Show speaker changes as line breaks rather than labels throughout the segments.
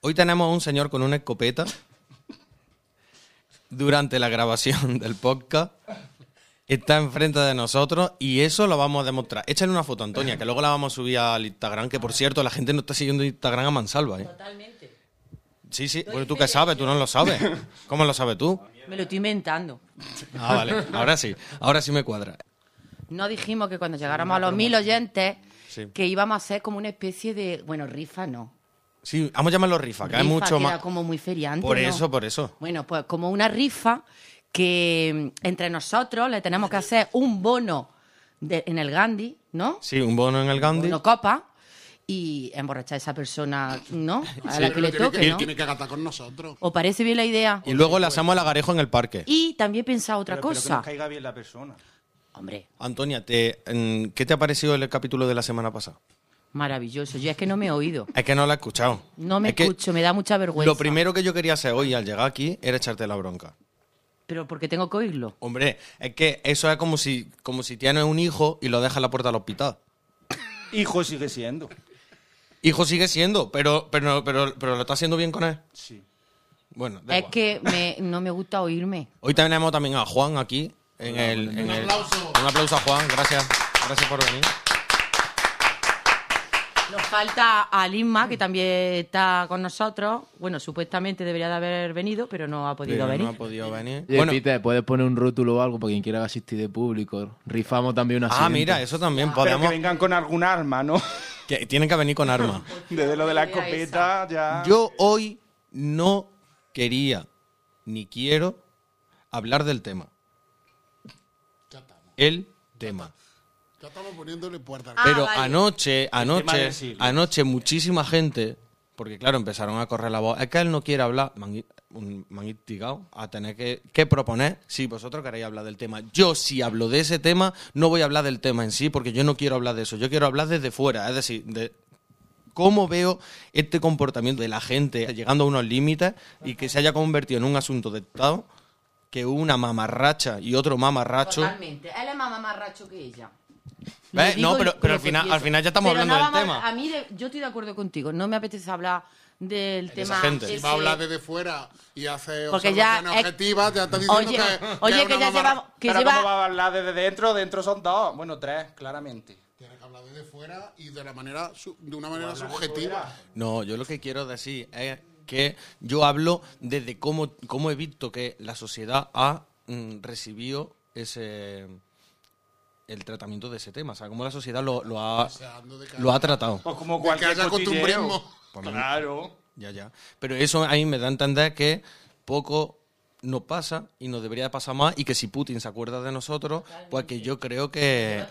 Hoy tenemos a un señor con una escopeta durante la grabación del podcast. Está enfrente de nosotros y eso lo vamos a demostrar. Échale una foto, Antonia, que luego la vamos a subir al Instagram, que por cierto, la gente no está siguiendo Instagram a mansalva, ¿eh?
Totalmente.
Sí, sí. Bueno, ¿tú qué sabes? Tú no lo sabes. ¿Cómo lo sabes tú?
Me lo estoy inventando.
Ah, vale. Ahora sí. Ahora sí me cuadra.
No dijimos que cuando llegáramos a los mil oyentes,
Sí.
que íbamos a hacer como una especie de. Bueno, rifa no.
Sí, vamos a llamarlo rifa, que
Rifa
hay mucho
queda
más.
como muy feriante.
Por
¿no?
eso, por eso.
Bueno, pues como una rifa que mm, entre nosotros le tenemos que hacer un bono de- en el Gandhi, ¿no?
Sí, un bono en el Gandhi.
Una copa y emborrachar a esa persona, ¿no? A la que le
tiene,
toque, ¿no?
tiene que agatar con nosotros.
¿O parece bien la idea?
Y luego le hacemos el agarejo en el parque.
Y también pensaba otra
Pero- pero que
cosa.
nos caiga bien la persona.
Hombre,
Antonia, te, mm, ¿qué te ha parecido el capítulo de la semana pasada?
maravilloso. Yo es que no me he oído.
Es que no la he escuchado.
No me
Es que
escucho, pues. me da mucha vergüenza.
Lo primero que yo quería hacer hoy al llegar aquí era echarte la bronca.
Pero porque tengo que oírlo.
Hombre, es que eso es como si, como si tienes un hijo y lo dejas en la puerta del hospital.
Hijo sigue siendo.
Hijo sigue siendo, pero, pero, pero, pero lo está haciendo bien con él.
Sí.
Bueno, da
Es
igual.
que me- no me gusta oírme.
Hoy tenemos también a Juan aquí. En el, en
Un
el-
aplauso.
Un aplauso a Juan, gracias. Gracias por venir.
Nos falta a Lisma, que también está con nosotros. Bueno, supuestamente debería de haber venido, pero no ha podido
Pero
venir.
No ha podido venir.
Oye,
Bueno, ah,
Peter, puedes poner un rótulo o algo para quien quiera asistir de público. Rifamos también una
ah, mira, eso también
Pero que
podemos.
vengan con algún arma, ¿no?
que tienen que venir con armas.
Desde lo de la
Idea
escopeta ya...
Yo hoy no quería ni quiero hablar del tema.
Ya estamos,
El tema.
ya estamos poniéndole puerta.
Ah,
Pero
vale.
anoche,
tema
anoche,
del siglo.
anoche muchísima gente, porque claro, empezaron a correr la voz. Es que él no quiere hablar, me han gui- un- me han instigado a tener que, que proponer si vosotros queréis hablar del tema. Yo si hablo de ese tema, no voy a hablar del tema en sí, porque yo no quiero hablar de eso. Yo quiero hablar desde fuera, es decir, de cómo veo este comportamiento de la gente llegando a unos límites y que se haya convertido en un asunto de Estado que una mamarracha y otro mamarracho...
Totalmente. Él es más mamarracho que ella. Lo
¿Ves?
digo
No,
y
pero-
lo
pero al final-
confieso.
al final ya estamos
Pero
hablando
no
del
vamos
tema.
A a mí, de- yo estoy de acuerdo contigo. No me apetece hablar del
esa
tema.
gente.
Si va a hablar desde fuera y hace
Porque ya
observaciones
es-
objetivas, ya está diciendo
Oye,
que, que
oye,
es
que,
una
ya
mamarra-
llevamos. Que
Pero ¿cómo
lleva.
va a hablar desde dentro? Dentro son dos. Bueno, tres, claramente.
Tienes que hablar desde fuera y de la manera su- de una manera subjetiva.
No, yo lo que quiero decir es que yo hablo desde cómo, cómo he visto que la sociedad ha mm, recibido ese el tratamiento de ese tema, o sea, cómo la sociedad lo, lo ha,
sea, ando de cara.
lo ha tratado.
Pues como
De
cualquier
que haya
cotilleo. Pues
costumbrismo.
Claro.
Ya, ya. Pero eso ahí me da a entender que poco nos pasa y nos debería pasar más y que si Putin se acuerda de nosotros, pues que yo creo que...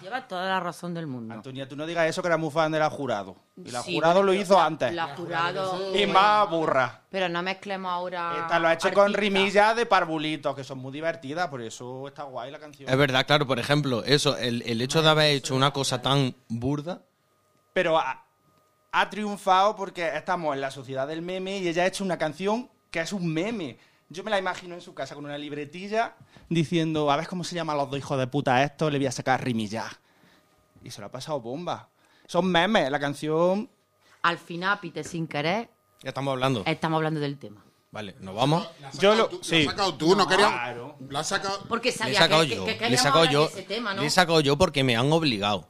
Lleva toda la razón del mundo.
Antonia, tú no digas eso que eres muy fan de la jurado. Y la
Sí,
jurado lo
bueno,
hizo
la-
antes.
La jurado.
Y más burra.
Pero no mezclemos ahora.
Esta lo ha hecho con
artistas.
rimillas de parbulitos, que son muy divertidas, por eso está guay la canción.
Es verdad, claro, por ejemplo, eso, el, el hecho de haber hecho una cosa tan burda,
Pero ha, ha triunfado porque estamos en la sociedad del meme y ella ha hecho una canción que es un meme. Yo me la imagino en su casa con una libretilla diciendo, a ver cómo se llaman los dos hijos de puta esto, le voy a sacar rimillas. Y se lo ha pasado bomba. Son memes, la canción...
Al final, Pite, sin querer,
ya estamos hablando.
estamos hablando del tema.
Vale, nos vamos.
La has
Yo
sacado
lo-
tú, la has
sí.
sacado tú, no, quería.
Claro.
La has sacado.
Porque
Le he
sabía
sacado
que,
yo.
que- que
le he
queríamos
sacado
hablar
yo.
de ese tema, ¿no?
Le he sacado yo porque me han obligado.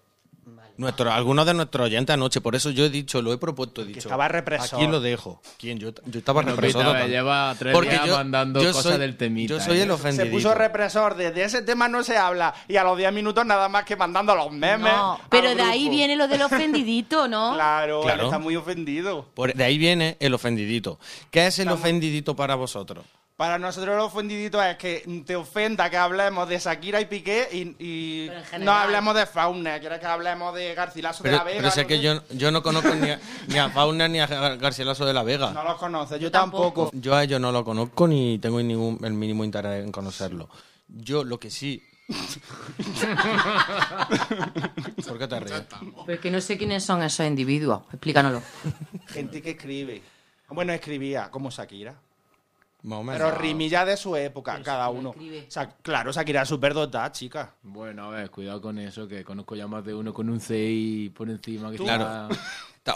Nuestro, algunos de nuestros oyentes anoche, por eso yo he dicho, lo he propuesto, he dicho.
estaba represor.
Aquí lo dejo. ¿Quién? Yo, yo estaba
Bueno,
represor.
Pita,
total.
lleva tres días mandando cosas del temita,
Yo soy
¿eh?
el
Se
Se
ofendidito.
puso represor, desde ese tema no se habla. Y a los 10 minutos nada más que mandando los memes.
No,
al
pero de ahí
grupo.
viene lo del ofendidito, ¿no?
Claro, él
Claro.
está muy ofendido.
Por- de ahí viene el ofendidito. ¿Qué es el ofendidito para vosotros?
Para nosotros lo ofendidito es que te ofenda que hablemos de Shakira y Piqué y, y
Pero en general.
no hablemos de Fauna. Quieres que hablemos de Garcilaso de
Pero,
la Vega.
pero sé
no
que
sé?
yo, yo no conozco ni a, ni a Fauna ni a Gar- Garcilaso de la Vega.
No los conoces, yo,
Yo tampoco.
tampoco.
Yo a ellos no lo conozco ni tengo ningún, el mínimo interés en conocerlo. Yo lo que sí. ¿Por qué te ríes?
Porque no sé quiénes son esos individuos. Explícanoslo.
Gente que escribe. Bueno, escribía como Shakira.
Más o menos.
Pero rimilla de su época, cada
Shakira
uno.
escribe.
O sea, claro, Shakira es superdotada, chica.
Bueno, a ver, cuidado con eso, que conozco ya más de uno con un CI por encima. Que
Claro.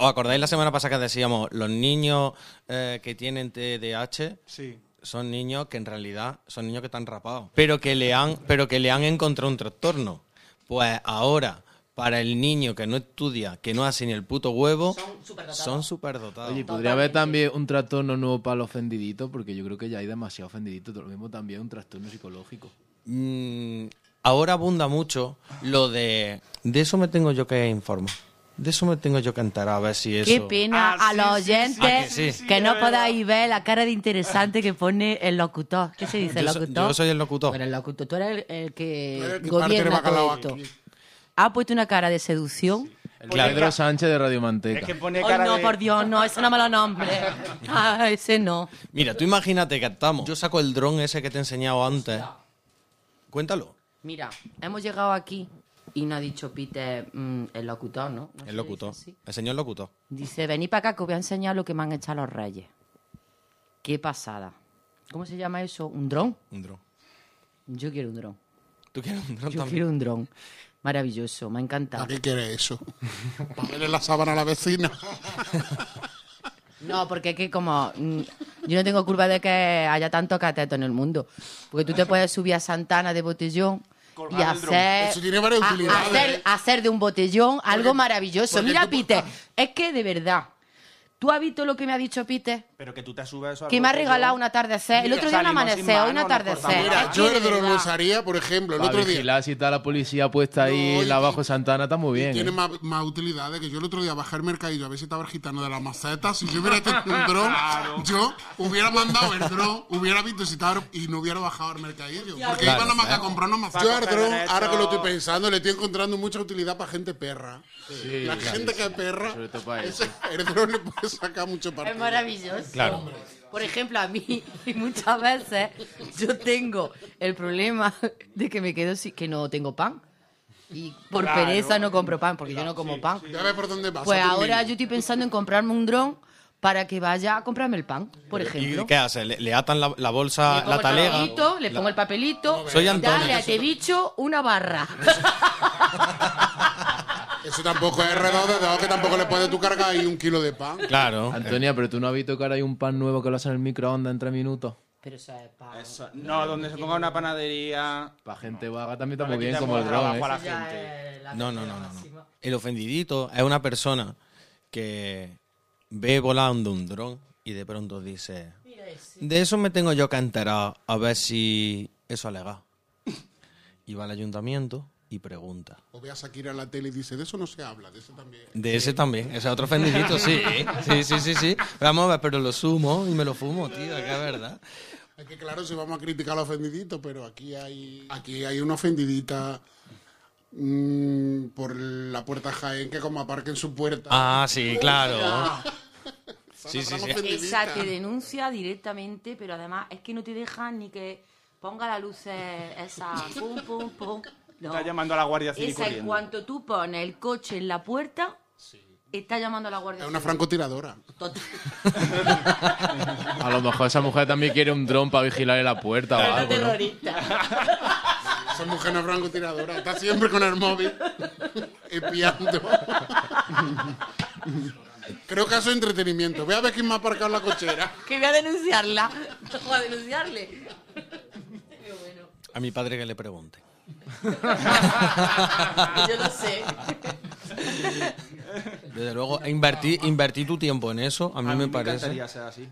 ¿Os acordáis la semana pasada que decíamos los niños eh, que tienen TDAH?
Sí.
Son niños que en realidad son niños que están rapados, pero que le han, pero que le han encontrado un trastorno. Pues ahora, para el niño que no estudia, que no hace ni el puto huevo,
Son superdotados.
son superdotados.
Oye, y podría haber también un trastorno nuevo para los ofendiditos, porque yo creo que ya hay demasiado ofendiditos. Lo mismo también un trastorno psicológico.
Mm, ahora abunda mucho lo de. De eso me tengo yo que informar. De eso me tengo yo que enterar, a ver si eso.
Qué pena
Ah,
a
sí,
los
sí, sí,
¿A que
oyentes
sí? Sí,
que,
es
no
verdad.
podáis ver la cara de interesante que pone el locutor. ¿Qué se dice,
Yo so-
locutor?
yo soy el locutor.
Bueno, el locutor, tú eres el, el que,
Tú eres el que parte
gobierna
el
todo
bacalao
esto.
aquí.
Ha puesto una cara de seducción.
El
Claro.
Pedro Sánchez de Radio Manteca.
Es que
Ay,
pone cara
no,
de-
por Dios, no, ese no me lo nombre. Ah, ese no.
Mira, tú imagínate que estamos. Yo saco el dron ese que te he enseñado antes. Cuéntalo.
Mira, hemos llegado aquí y nos ha dicho Peter, mm, el locutor, ¿no? No sé,
El locutor.
dice así.
El señor locutor.
Dice, vení para acá que os voy a enseñar lo que me han echado los reyes. Qué pasada. ¿Cómo se llama eso? ¿Un dron?
Un dron.
Yo quiero un dron.
¿Tú quieres un dron
Yo
también?
quiero un dron. Maravilloso, me ha
¿Para
encantado.
qué quiere eso? Para verle la sábana a la vecina.
No, porque es que como mm, yo no tengo culpa de que haya tanto cateto en el mundo. Porque tú te puedes subir a Santana de botellón
Colgar
y
el dron.
hacer,
Eso tiene varias
a-
utilidades,
hacer,
¿eh?
hacer de un botellón algo maravilloso.
porque
Mira,
tú-
Peter, es que de verdad, ¿tú has visto lo que me ha dicho Peter?
Pero que tú te subes eso al
Que me ha
botellón.
regalado un atardecer. El
Mira,
otro día un
salimos sin
amanecer, un
mano, nos
atardecer.
cortamos
Es
Mira,
que
yo
de
el dron lo
verdad.
usaría, por ejemplo, el
Para
otro día.
vigilar si está la policía puesta ahí
No,
en la
y-
Bajo Santana, está muy bien.
Tiene
¿eh?
más, más utilidades que yo el otro día bajé al mercadillo a ver si estaba el gitano de las macetas. Si yo hubiera tenido un dron, yo hubiera mandado el dron, hubiera visto si estaba y no hubiera bajado al mercadillo. Porque
Claro,
iban nada más
¿eh?
que a comprar unas macetas. Yo al
Paco
dron,
Pedrecho.
ahora que lo estoy pensando, le estoy encontrando mucha utilidad para gente perra. la gente que es perra,
Sobre todo para
ese- el dron le puede sacar mucho
Es
partido.
maravilloso. Por ejemplo, a mí muchas veces yo tengo el problema de que me quedo sin, que no tengo pan. Y por
Claro.
pereza no compro pan, porque yo no como pan.
Ya ves por dónde vas.
Pues
a tu
ahora
niño.
yo estoy pensando en comprarme un dron para que vaya a comprarme el pan, por ejemplo.
¿Y qué hace? ¿Le, le atan la, la
Le
bolsa,
pongo
la
el
talega?
papelito, le pongo el papelito.
Soy Antonio.
Dale a te bicho una barra.
Eso tampoco es R2 de dos, que tampoco le puedes tu carga ahí un kilo de pan.
Claro.
Antonia, pero tú no has visto que ahora hay un pan nuevo que lo hacen en el microondas en tres minutos.
Pero eso es pan.
Eso- No, donde se ponga una panadería.
Para gente vaga también está
le
muy bien,
quitamos
como el dron.
trabajo a
¿eh?
la
Ya
gente.
es la
No, no,
tercera
no, no, no.
máxima.
El ofendidito es una persona que ve volando un dron y de pronto dice,
Mira ese.
de eso me tengo yo que enterar a ver si eso alega. Y va al ayuntamiento y pregunta.
O ve a Shakira en la tele y dice, de eso no se habla, de eso también.
De ese también, ese otro ofendidito, sí. Sí, sí, sí, sí. Vamos a ver, pero lo sumo y me lo fumo, tío, que es verdad.
Es que claro, si vamos a criticar a los ofendiditos, pero aquí hay, aquí hay una ofendidita mm, por la puerta Jaén que como aparca en su puerta.
Ah, sí, claro. Sí, sí,
Estamos
sí.
ofendidita.
Esa te denuncia directamente, pero además es que no te dejan ni que ponga la luz eh, esa pum pum pum. No.
Está llamando a la Guardia Civil
Esa en
corriendo.
cuanto tú pones el coche en la puerta, está llamando a la guardia.
Es una Ah,
Civil.
francotiradora.
Total.
A lo mejor esa mujer también quiere un dron para vigilarle la puerta o
Una
algo, ¿no?
terrorista.
Esa mujer no es francotiradora. Está siempre con el móvil espiando. Creo que eso es entretenimiento. Ve a ver quién me ha aparcado en la cochera.
Que voy a denunciarla. Voy a denunciarle.
A mi padre que le pregunte.
Yo lo sé.
Desde luego, invertí, invertí tu tiempo en eso, a mí,
A mí
me,
me
parece.
encantaría ser así.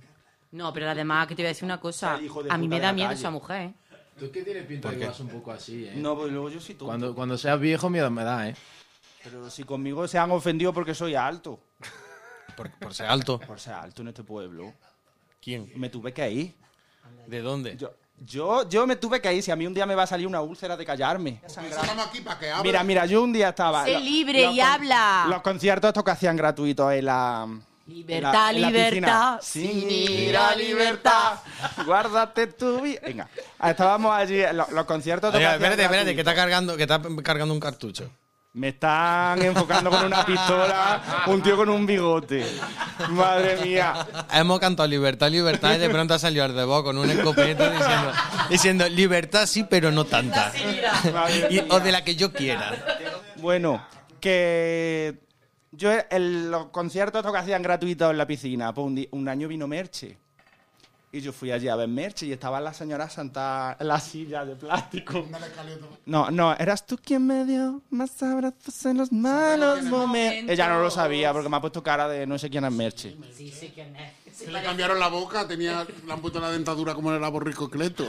No, pero además que te voy a decir una cosa.
Está el hijo de
A mí
puta
me
de
da
la
miedo
calle.
esa mujer. ¿eh?
Tú es que tienes pinta de que vas un poco así, ¿eh?
No, pues luego yo soy tonto.
Cuando, cuando seas viejo, miedo me da, ¿eh?
Pero si conmigo se han ofendido porque soy alto.
Por, por ser alto.
Por ser alto en este pueblo.
¿Quién?
Me tuve que ir.
¿De dónde?
Yo, yo, yo me tuve que ir. Si a mí un día me va a salir una úlcera de callarme.
Estamos aquí para que hable.
Mira, mira, yo un día estaba.
Sé
Ah, lo-
libre
los
y
con-
habla.
Los conciertos estos que hacían gratuitos en la.
Libertad,
en la- en la
libertad,
piscina.
sin ir a libertad.
Guárdate tu vida. Venga, estábamos allí. en Los, los conciertos. estos
Oiga,
que hacían
espérate, espérate, que
gratuitos.
está cargando, que está cargando un cartucho.
Me están enfocando con una pistola, un tío con un bigote. Madre mía.
Hemos cantado libertad, libertad, y de pronto ha salido Ardebo con una escopeta diciendo, diciendo libertad sí, pero no tanta.
Libertad sí, mira.
Y- o de la que yo quiera.
Bueno, que Yo, en los conciertos estos que hacían gratuitos en la piscina, pues un, di- un año vino Merche. Y yo fui allí a ver Merche y estaban las señoras sentadas en la silla de plástico.
Dale, Caleta.
No, no, eras tú quien me dio más abrazos en los malos momentos. Ella no lo sabía porque me ha puesto cara de no sé quién es Merche.
Sí, sí, quién es.
Se le cambiaron la boca, tenía, le han puesto la dentadura como en el aborrico cleto.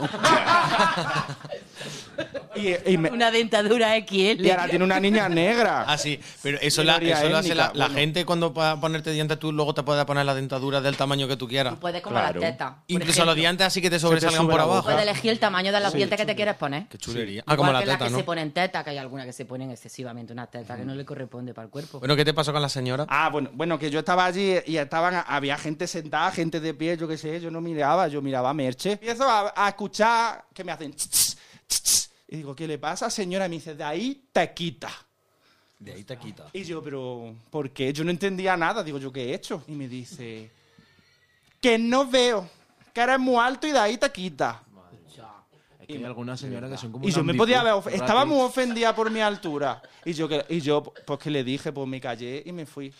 Y, y me-
Una dentadura XL.
y ahora tiene una niña negra.
Ah, sí, pero eso, la,
Minoría
eso lo hace la,
étnica,
la
bueno.
gente cuando para ponerte dientes, tú luego te puedes poner la dentadura del tamaño que tú quieras.
Puedes como
Claro.
las tetas. por
Incluso los
ejemplo.
dientes así que te sobresalgan
sube
por
la
abajo.
boca.
Puedes elegir el tamaño de los dientes que te quieres poner.
Qué chulería. Ah, como
Igual
la
que
teta,
las que
¿no?
se ponen teta, que hay algunas que se ponen excesivamente una teta que no le corresponde para el cuerpo.
Bueno, ¿qué te pasó con la señora?
Ah, bueno, bueno, que yo estaba allí y estaban, había gente sentada, gente de pie, yo qué sé, yo no miraba, yo miraba a Merche. Empiezo a, a escuchar que me hacen... ch, ch, ch, ch. Y digo, ¿qué le pasa, señora? Y me dice, de ahí te quita.
De ahí te quita.
Y yo, pero, ¿por qué? Yo no entendía nada. Digo, ¿yo qué he hecho? Y me dice, que no veo, que eres muy alto y de ahí te quita.
Es que hay algunas señoras que son como.
Y yo me
Nambi
podía
Poo,
haber, ofe- estaba
ratis.
muy ofendida por mi altura. Y yo, que- y yo, pues que le dije, pues me callé y me fui.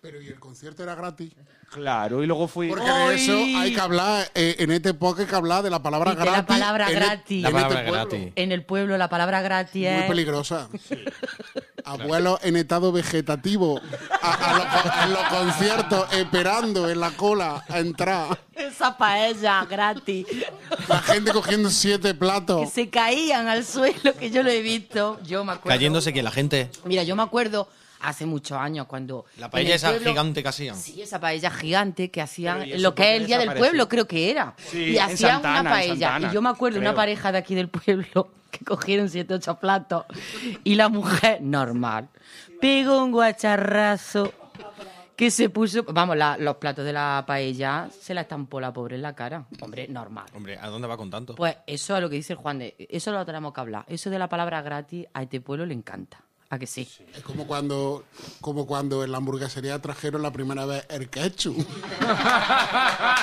Pero y el concierto era gratis.
Claro, y luego fui.
Porque de eso hay que hablar, eh, en este podcast hay que hablar de la palabra
Y de la
gratis.
palabra
en e-
gratis.
en
La
este
palabra
pueblo.
gratis.
En el pueblo la palabra gratis
Muy
es...
peligrosa. Abuelos en estado vegetativo, a- a los- en los conciertos, esperando en la cola a entrar.
Esa paella gratis.
La gente cogiendo siete
Que
Oh.
platos.
se caían al suelo, que yo lo he visto. Yo me acuerdo.
Cayéndose que la gente.
Mira, yo me acuerdo hace muchos años cuando.
La
en
paella
el
esa
pueblo-
gigante que hacían.
Sí, esa paella gigante que hacían
Pero, ¿y eso
lo
por
que
qué
es el Día del
desapareció?
Pueblo, creo que era.
Sí,
y
en
hacían
Santana, en
una paella.
Santana,
y yo me acuerdo
creo.
una pareja de aquí del pueblo que cogieron siete ocho platos y la mujer, normal, pegó un guacharrazo que se puso. Vamos, la- los platos de la paella se la estampó la pobre en la cara. Hombre, normal.
Hombre, ¿a dónde va con tanto?
Pues eso es lo que dice el Juan de. Eso lo tenemos que hablar. Eso de la palabra gratis a este pueblo le encanta. ¿A que sí?
Es como cuando, como cuando en la hamburguesería trajeron la primera vez el ketchup.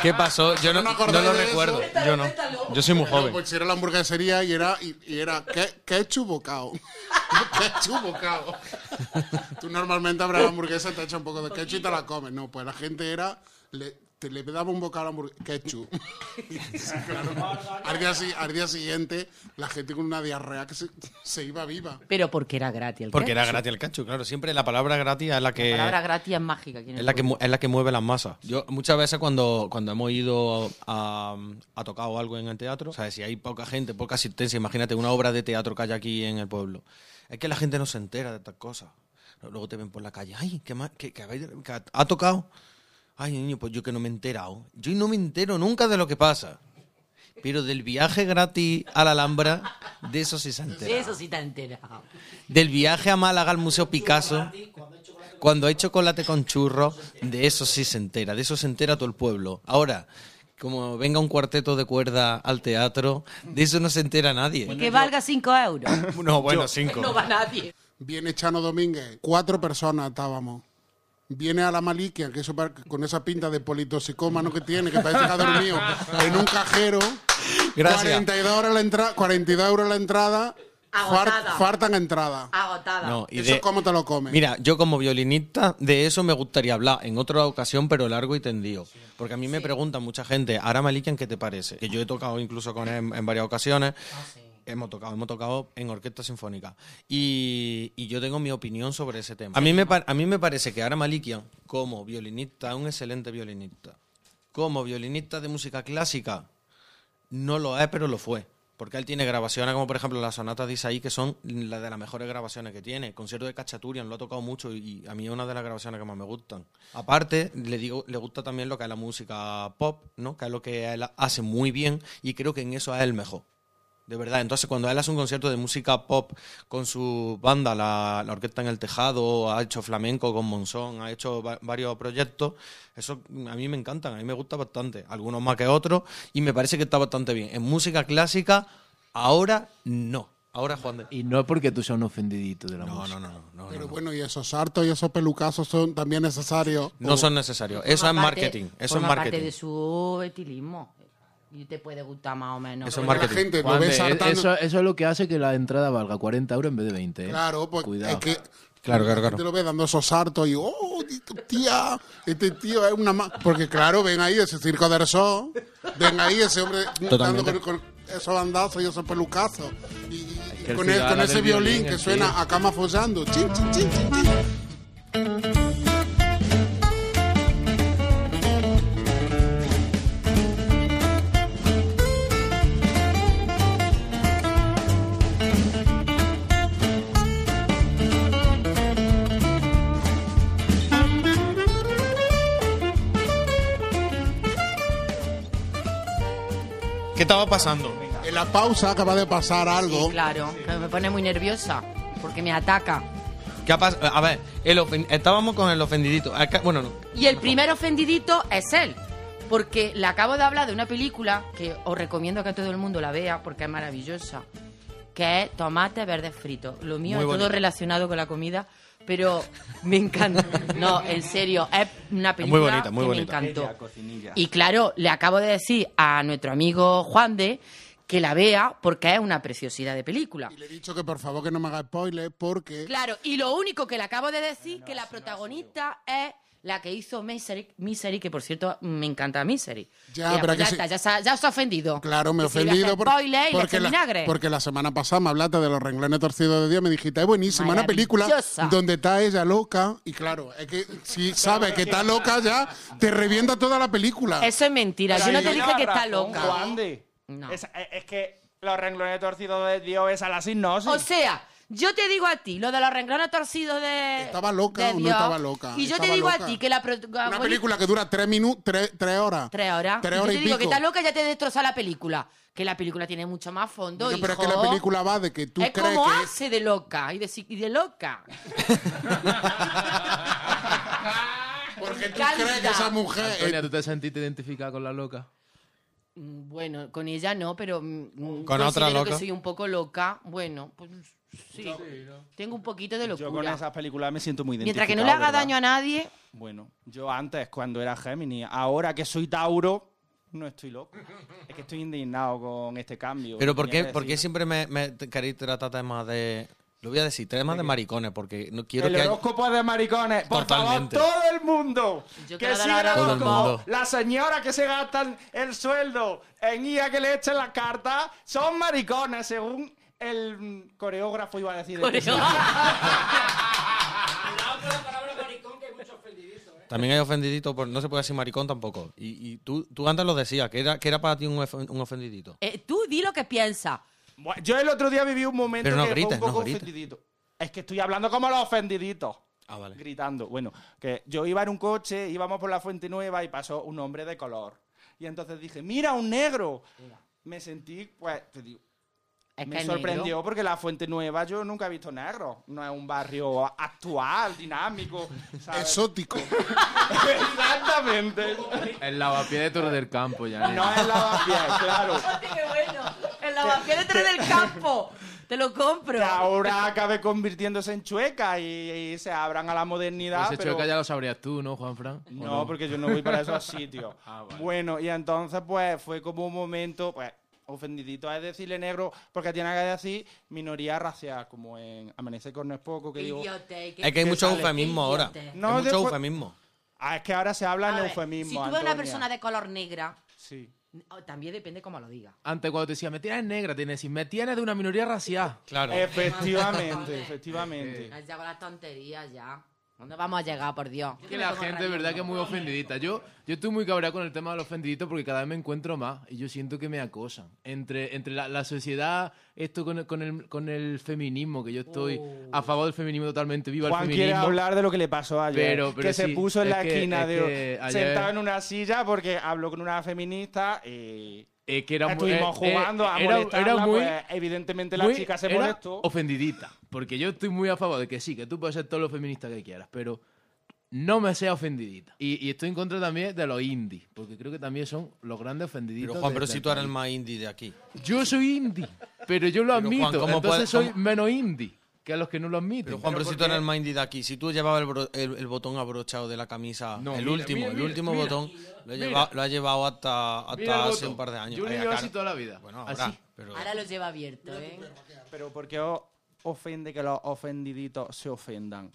¿Qué pasó? Yo no,
¿No
no
me acordáis
lo
de eso?
recuerdo. Yo no. Yo soy muy
Pero,
joven.
Pues era la hamburguesería y era, y, y era ke- ketchup bocado. ketchup bocado. Tú normalmente abres la hamburguesa, te echas un poco de ketchup y te la comes. No, pues la gente era... Le, te le daba un bocado a la hamburguesa. Ketchup. Sí, claro. al, día, si- al día siguiente, la gente con una diarrea que se, se iba viva.
Pero porque era gratis. El
Porque era
ketchup.
gratis el cacho, claro. Siempre la palabra gratis es la que.
La palabra gratis es mágica. aquí en el
Es la, que,
pueblo.
mu- es la que mueve las masas. Yo muchas veces cuando, cuando hemos ido a, a tocar o algo en el teatro, ¿sabes? Si hay poca gente, poca asistencia, imagínate una obra de teatro que hay aquí en el pueblo. Es que la gente no se entera de estas cosas. Luego te ven por la calle, ay, que, que, ha, ha tocado. Ay, niño, pues yo que no me he enterado. Yo no me entero nunca de lo que pasa. Pero del viaje gratis a la Alhambra, de eso sí se entera.
Eso sí te entera.
Del viaje a Málaga al Museo Picasso. Cuando hay chocolate con churros, de eso sí se entera, de eso se entera todo el pueblo. Ahora, como venga un cuarteto de cuerda al teatro, de eso no se entera nadie.
que valga 5 euros.
No, bueno, cinco.
no va nadie.
Viene Chano Domínguez. Cuatro personas estábamos. Viene a la Maliquia, que eso par- con esa pinta de politoxicómano que tiene, que parece que ha dormido en un cajero.
Gracias.
42 euros la, entra 42 euros la entrada. far-
Agotada. Ah.
fartan entrada.
Agotada.
No, y
eso
de-
es como te lo comes.
Mira, yo como violinista de eso me gustaría hablar en otra ocasión, pero largo y tendido. Porque a mí me preguntan mucha gente, Ara Malikian, ¿qué te parece? Que yo he tocado incluso con él en, en varias ocasiones. Hemos tocado, hemos tocado en orquesta sinfónica. Y, y yo tengo mi opinión sobre ese tema. A mí me, par- a mí me parece que Ara Malikian, como violinista, es un excelente violinista. Como violinista de música clásica, no lo es, pero lo fue. Porque él tiene grabaciones como, por ejemplo, las sonatas de Isaí, que son las de las mejores grabaciones que tiene. El concierto de Cachaturian lo ha tocado mucho y a mí es una de las grabaciones que más me gustan. Aparte, le digo, le gusta también lo que es la música pop, ¿no? Que es lo que él hace muy bien y creo que en eso es el mejor. De verdad, entonces cuando él hace un concierto de música pop con su banda, la, la Orquesta en el Tejado, ha hecho flamenco con Monzón, ha hecho va- varios proyectos, eso a mí me encantan, a mí me gusta bastante, algunos más que otros, y me parece que está bastante bien. En música clásica, ahora no. Ahora Juan de...
Y no es porque tú seas un ofendidito de la
No,
música.
no, no, no. no,
Pero
no.
bueno, y esos sartos y esos pelucazos son también necesarios.
No son necesarios, eso es
Forma parte-
marketing, eso es
forma parte
marketing.
de su etilismo. Y te puede gustar más o menos.
Eso es
Porque
marketing.
La gente lo
Juan,
ve
eh,
sartando.
eso, eso es lo que hace que la entrada valga 40 euros en vez de 20. ¿eh?
Claro, pues
Cuidado.
es que
Claro, claro,
Te
claro.
lo ves dando esos sartos y, oh, tía, este tío es una más. Porque, claro, ven ahí ese circo de Herzog, ven ahí ese hombre dando
Totalmente.
con, con esos bandazos y esos pelucazos. Y, y- y
que el
con, el- con
Cigala
ese
del
violín,
violín,
que
el
suena
tío.
a cama follando. Chin, chin, chin, chin, chin.
¿Qué estaba pasando?
En la pausa acaba de pasar algo.
Sí, claro, que me pone muy nerviosa porque me ataca.
¿Qué ha pas- A ver, el ofen- estábamos con el ofendidito. Acá- bueno, no.
Y el primer ofendidito es él. Porque le acabo de hablar de una película que os recomiendo que todo el mundo la vea porque es maravillosa. Que es Tomate Verde Frito. Lo mío
Muy
es
bonito.
todo relacionado con la comida, pero me encanta. No, en serio, es una película
bonita, muy
que
bonita.
me encantó.
Ella, cocinilla.
Y claro, le acabo de decir a nuestro amigo Juan de que la vea porque es una preciosidad de película.
Y le he dicho que por favor que no me haga spoiler porque
Claro, y lo único que le acabo de decir que la protagonista es la que hizo Misery, Misery que por cierto me encanta Misery.
Ya,
Y la
pero que
plata,
sí.
ya, se ha- ya os ha ofendido.
Claro, me he
Que si le
ofendido
hace
por-
spoiler y le
porque,
echa
la,
vinagre.
porque la semana pasada me hablaste de los renglones torcidos de Dios. Me dijiste, es buenísima, una película
Maravillosa.
donde está ella loca. Y claro, es que si sabes que está loca ya, te revienta toda la película.
Eso es mentira. Yo no te
Ahí
dije
lleva
que está
razón,
loca.
Juan de.
No.
Es, eh, es- es que los renglones torcidos de Dios es a la sinopsis.
O sea, yo te digo a ti, lo de los renglones torcidos de.
¿Estaba loca
de
o no
Dios,
estaba loca?
Y yo
Estaba
te digo
loca.
a ti que la
una
protagonista-
película que dura tres minutos, tres, tres horas.
Tres horas.
Tres
Y
horas
yo
y
te digo que
pico.
está loca, ya te destroza la película. Que la película tiene mucho más fondo.
Pero es que
hijo.
la película va de que tú
es
crees
como
que.
hace de loca y de, si- y de loca.
Porque tú
Cálida.
crees que esa mujer.
eh,
Antonia, ¿tú te sentiste identificada con la loca?
Mm, Bueno, con ella no, pero mm, mm,
¿Con otra
considero
loca?
que soy un poco loca. Bueno, pues sí. Tengo un poquito de
yo con
locura.
esas películas me siento muy
Mientras
identificado.
que no le haga
¿verdad?
daño a nadie,
Bueno, yo antes, cuando era Géminis, ahora que soy Tauro, no estoy loco. Es que estoy indignado con este cambio.
Pero ¿por qué,
Tenía que
por qué
decir-
siempre me, me queréis tratar temas de... Lo voy a decir, temas de maricones, porque no quiero
el
que... haya-
horóscopo es de maricones. Por
Totalmente.
favor, todo el mundo.
Yo
que
quiero dar
siga el
ahora
Todo el
horóscopo.
mundo.
Las señoras que se gastan el sueldo en IA que le echen las cartas son maricones, según el mm, coreógrafo iba a decir.
por eso-
También hay ofendidito, por, no se puede decir maricón tampoco. Y, y tú, tú antes lo decías, que era, que era para ti un, ofen- un ofendidito.
Eh, tú di lo que piensas.
Bueno, Yo el otro día viví un momento
Pero no
que fue
grites,
un poco
no grites.
ofendidito. Es que estoy hablando como los ofendiditos.
Ah, vale.
Gritando. Bueno, que yo iba en un coche, íbamos por la Fuente Nueva y pasó un hombre de color. Y entonces dije, mira, un negro. Me sentí, pues, te digo,
Es que
me
es negro.
sorprendió porque la Fuente Nueva yo nunca he visto negro. No es un barrio actual, dinámico. ¿sabes?
Exótico.
Exactamente.
El lavapié de Torre del Campo, ya. eh.
No es lavapiés, claro.
Fíjate qué bueno. En la vacía detrás del campo. Te lo compro.
Que ahora acabe convirtiéndose en chueca y, y se abran a la modernidad.
Ese
pero...
choque Pues ya lo sabrías tú, ¿no, Ah, Juanfran? ¿O
No, porque yo no voy para esos sitios. Bueno, y entonces, pues, fue como un momento, pues, ofendidito es decirle negro, porque tiene que decir minoría racial, como en Amanecer con no es poco, que
Qué
digo...
idiota, eh, qué-
Es que hay
qué
mucho
sale.
eufemismo
Qué
ahora.
idiota.
No,
hay mucho
después-
eufemismo.
Ah, es que ahora se habla
A
en
ver,
eufemismo,
Si tú ves a una
Antonia.
persona de color negra,
Sí.
Oh, también depende cómo lo diga.
Antes cuando te decía, me tienes negra, tienes que decir, me tienes de una minoría racial.
Claro.
Efectivamente, efectivamente.
Eh,
Ya con las tonterías ya. ¿Dónde vamos a llegar, por Dios?
Que la gente de verdad que es muy ofendidita. Yo, yo estoy muy cabreado con el tema de los ofendiditos porque cada vez me encuentro más y yo siento que me acosan. Entre, entre la, la sociedad, esto con el, con, el, con el feminismo, que yo estoy a favor del feminismo totalmente, viva
Juan
el
quiere
eh, feminismo.
hablar de lo que le pasó ayer.
Pero- pero
que se
sí,
puso en
es
la
que-
esquina
es
de
que ayer-
sentado en una silla porque habló con una feminista y
Eh, que era muy-
estuvimos
eh, eh,
jugando a
era-
molestarla,
era muy-
pues, evidentemente la
Muy-
chica se
era
molestó.
ofendidita. Porque yo estoy muy a favor de que sí, que tú puedes ser todo lo feminista que quieras, pero no me seas ofendidita. Y, y estoy en contra también de los indies, porque creo que también son los grandes ofendiditos.
Pero Juan,
de-
pero
del
si tú eres el
país.
más indie de aquí.
Yo soy indie, pero yo lo
Pero, Juan,
admito.
¿cómo puede-
entonces soy
cómo-
menos indie que a los que no lo admiten.
Pero Juan, pero si tú eres el más indie de aquí. Si tú llevabas el, bro- el- el botón abrochado de la camisa,
No,
el
mira,
último,
mira,
el
mira,
último
mira.
botón, lo, he
Mira.
llevado, lo has llevado hasta, hasta
Mira el
hace
botón.
un par de años.
Yo lo
Ay,
llevo
claro.
así toda la vida.
Bueno,
Así.
habrá, pero-
Ahora lo lleva abierto, ¿eh?
Pero porque os ofende que los ofendiditos se ofendan?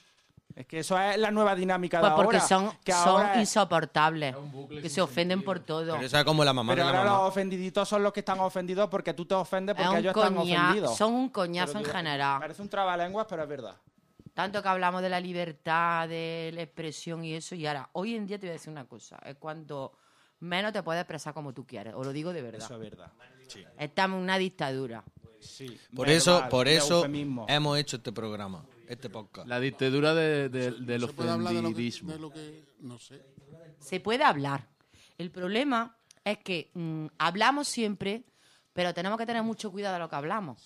Es que eso es la nueva dinámica
Pues
de ahora.
porque son,
que
son
ahora es-
insoportables, que se ofenden por todo.
Pero esa es como la mamá
Pero
de la
ahora
mamá.
los ofendiditos son los que están ofendidos porque tú te ofendes
Es
porque
un
ellos están
coñazo,
ofendidos.
son un coñazo en
Pero tú-
general.
Parece un trabalenguas, pero es verdad.
Tanto que hablamos de la libertad, de la expresión y eso, y ahora, hoy en día te voy a decir una cosa, es cuanto menos te puedes expresar como tú quieres, os lo digo de
Eso
verdad.
es verdad.
Estamos en una dictadura.
Sí.
Por
Menos
eso,
mal,
por
el
eso
eufemismo.
hemos hecho este programa, este podcast.
La dictadura de, de- del
¿Se puede hablar de lo, que,
ofendidismo.
de lo que no sé?
Se puede hablar. El problema es que mm, hablamos siempre, pero tenemos que tener mucho cuidado de lo que hablamos.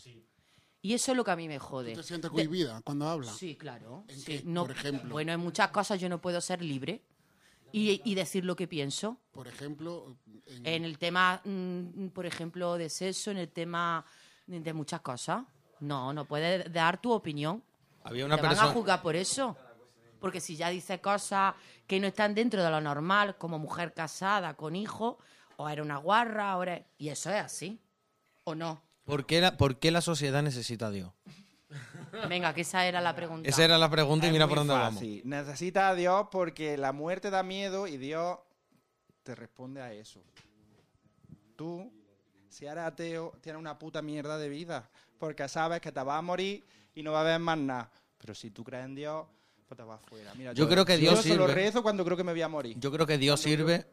Y eso es lo que a mí me jode.
¿Te sientes
De-
cohibida cuando hablas?
Sí, claro.
¿En
Sí,
qué,
no-
por ejemplo?
Bueno, en muchas cosas yo no puedo ser libre y, y decir lo que pienso.
Por ejemplo, en-
En el tema, mm, por ejemplo, de sexo, en el tema de muchas cosas. No, no puedes dar tu opinión.
Había una
Te van
persona-
a juzgar por eso. Porque si ya dices cosas que no están dentro de lo normal, como mujer casada con hijo, o era una guarra, ahora Y eso es así. ¿O no?
¿Por qué, la, por qué la sociedad necesita a Dios?
Venga, que esa era la pregunta.
Esa era la pregunta y
Es
mira
muy
por dónde vamos.
fácil. Necesita a Dios porque la muerte da miedo y Dios te responde a eso. Tú, si eres ateo, tienes una puta mierda de vida porque sabes que te vas a morir y no va a haber más nada. Pero si tú crees en Dios, pues te vas fuera. Mira,
Yo creo que Dios
Yo solo
sirve.
rezo cuando creo que me voy a morir.
Yo creo que Dios sirve,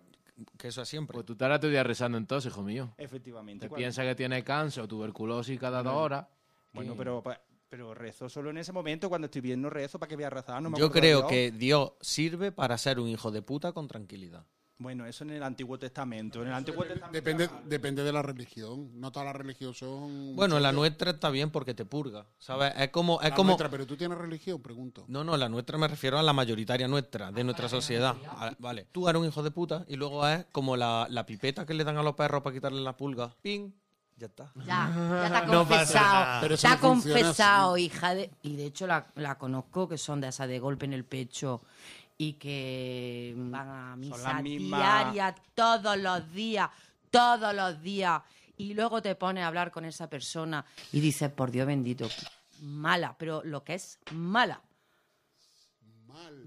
que eso es siempre.
Pues tú te ahora te voy a rezando entonces, hijo mío.
Efectivamente.
Te
Cuando-
piensas que tienes cáncer o tuberculosis cada dos horas.
Bueno, pero, pa- pero rezo solo en ese momento. Cuando estoy bien, no rezo. ¿Para qué voy a rezar? No me
Yo
acuerdo de
creo
Dios.
que Dios sirve para ser un hijo de puta con tranquilidad.
Bueno, eso en el Antiguo Testamento. En el Antiguo Testamento.
depende, depende de la religión. No todas las religiones son...
Bueno, la nuestra está bien porque te purga, ¿sabes? Es como... Es
La
como
nuestra, pero tú tienes religión, pregunto.
no, no, la nuestra me refiero a la mayoritaria nuestra, de nuestra sociedad. Ah, vale, tú eres un hijo de puta y luego es como la, la pipeta que le dan a los perros para quitarle la pulga. Ping, ya está.
Ya, ya te ha
No pasa nada.
confesado.
Pero
te
eso
ha
no funciona
confesado, hija de. Y de hecho la, la conozco, que son de esas de golpe en el pecho y que van a misa
las mismas.
diaria, todos los días, todos los días. Y luego te pones a hablar con esa persona y dices, por Dios bendito, mala, pero lo que es mala.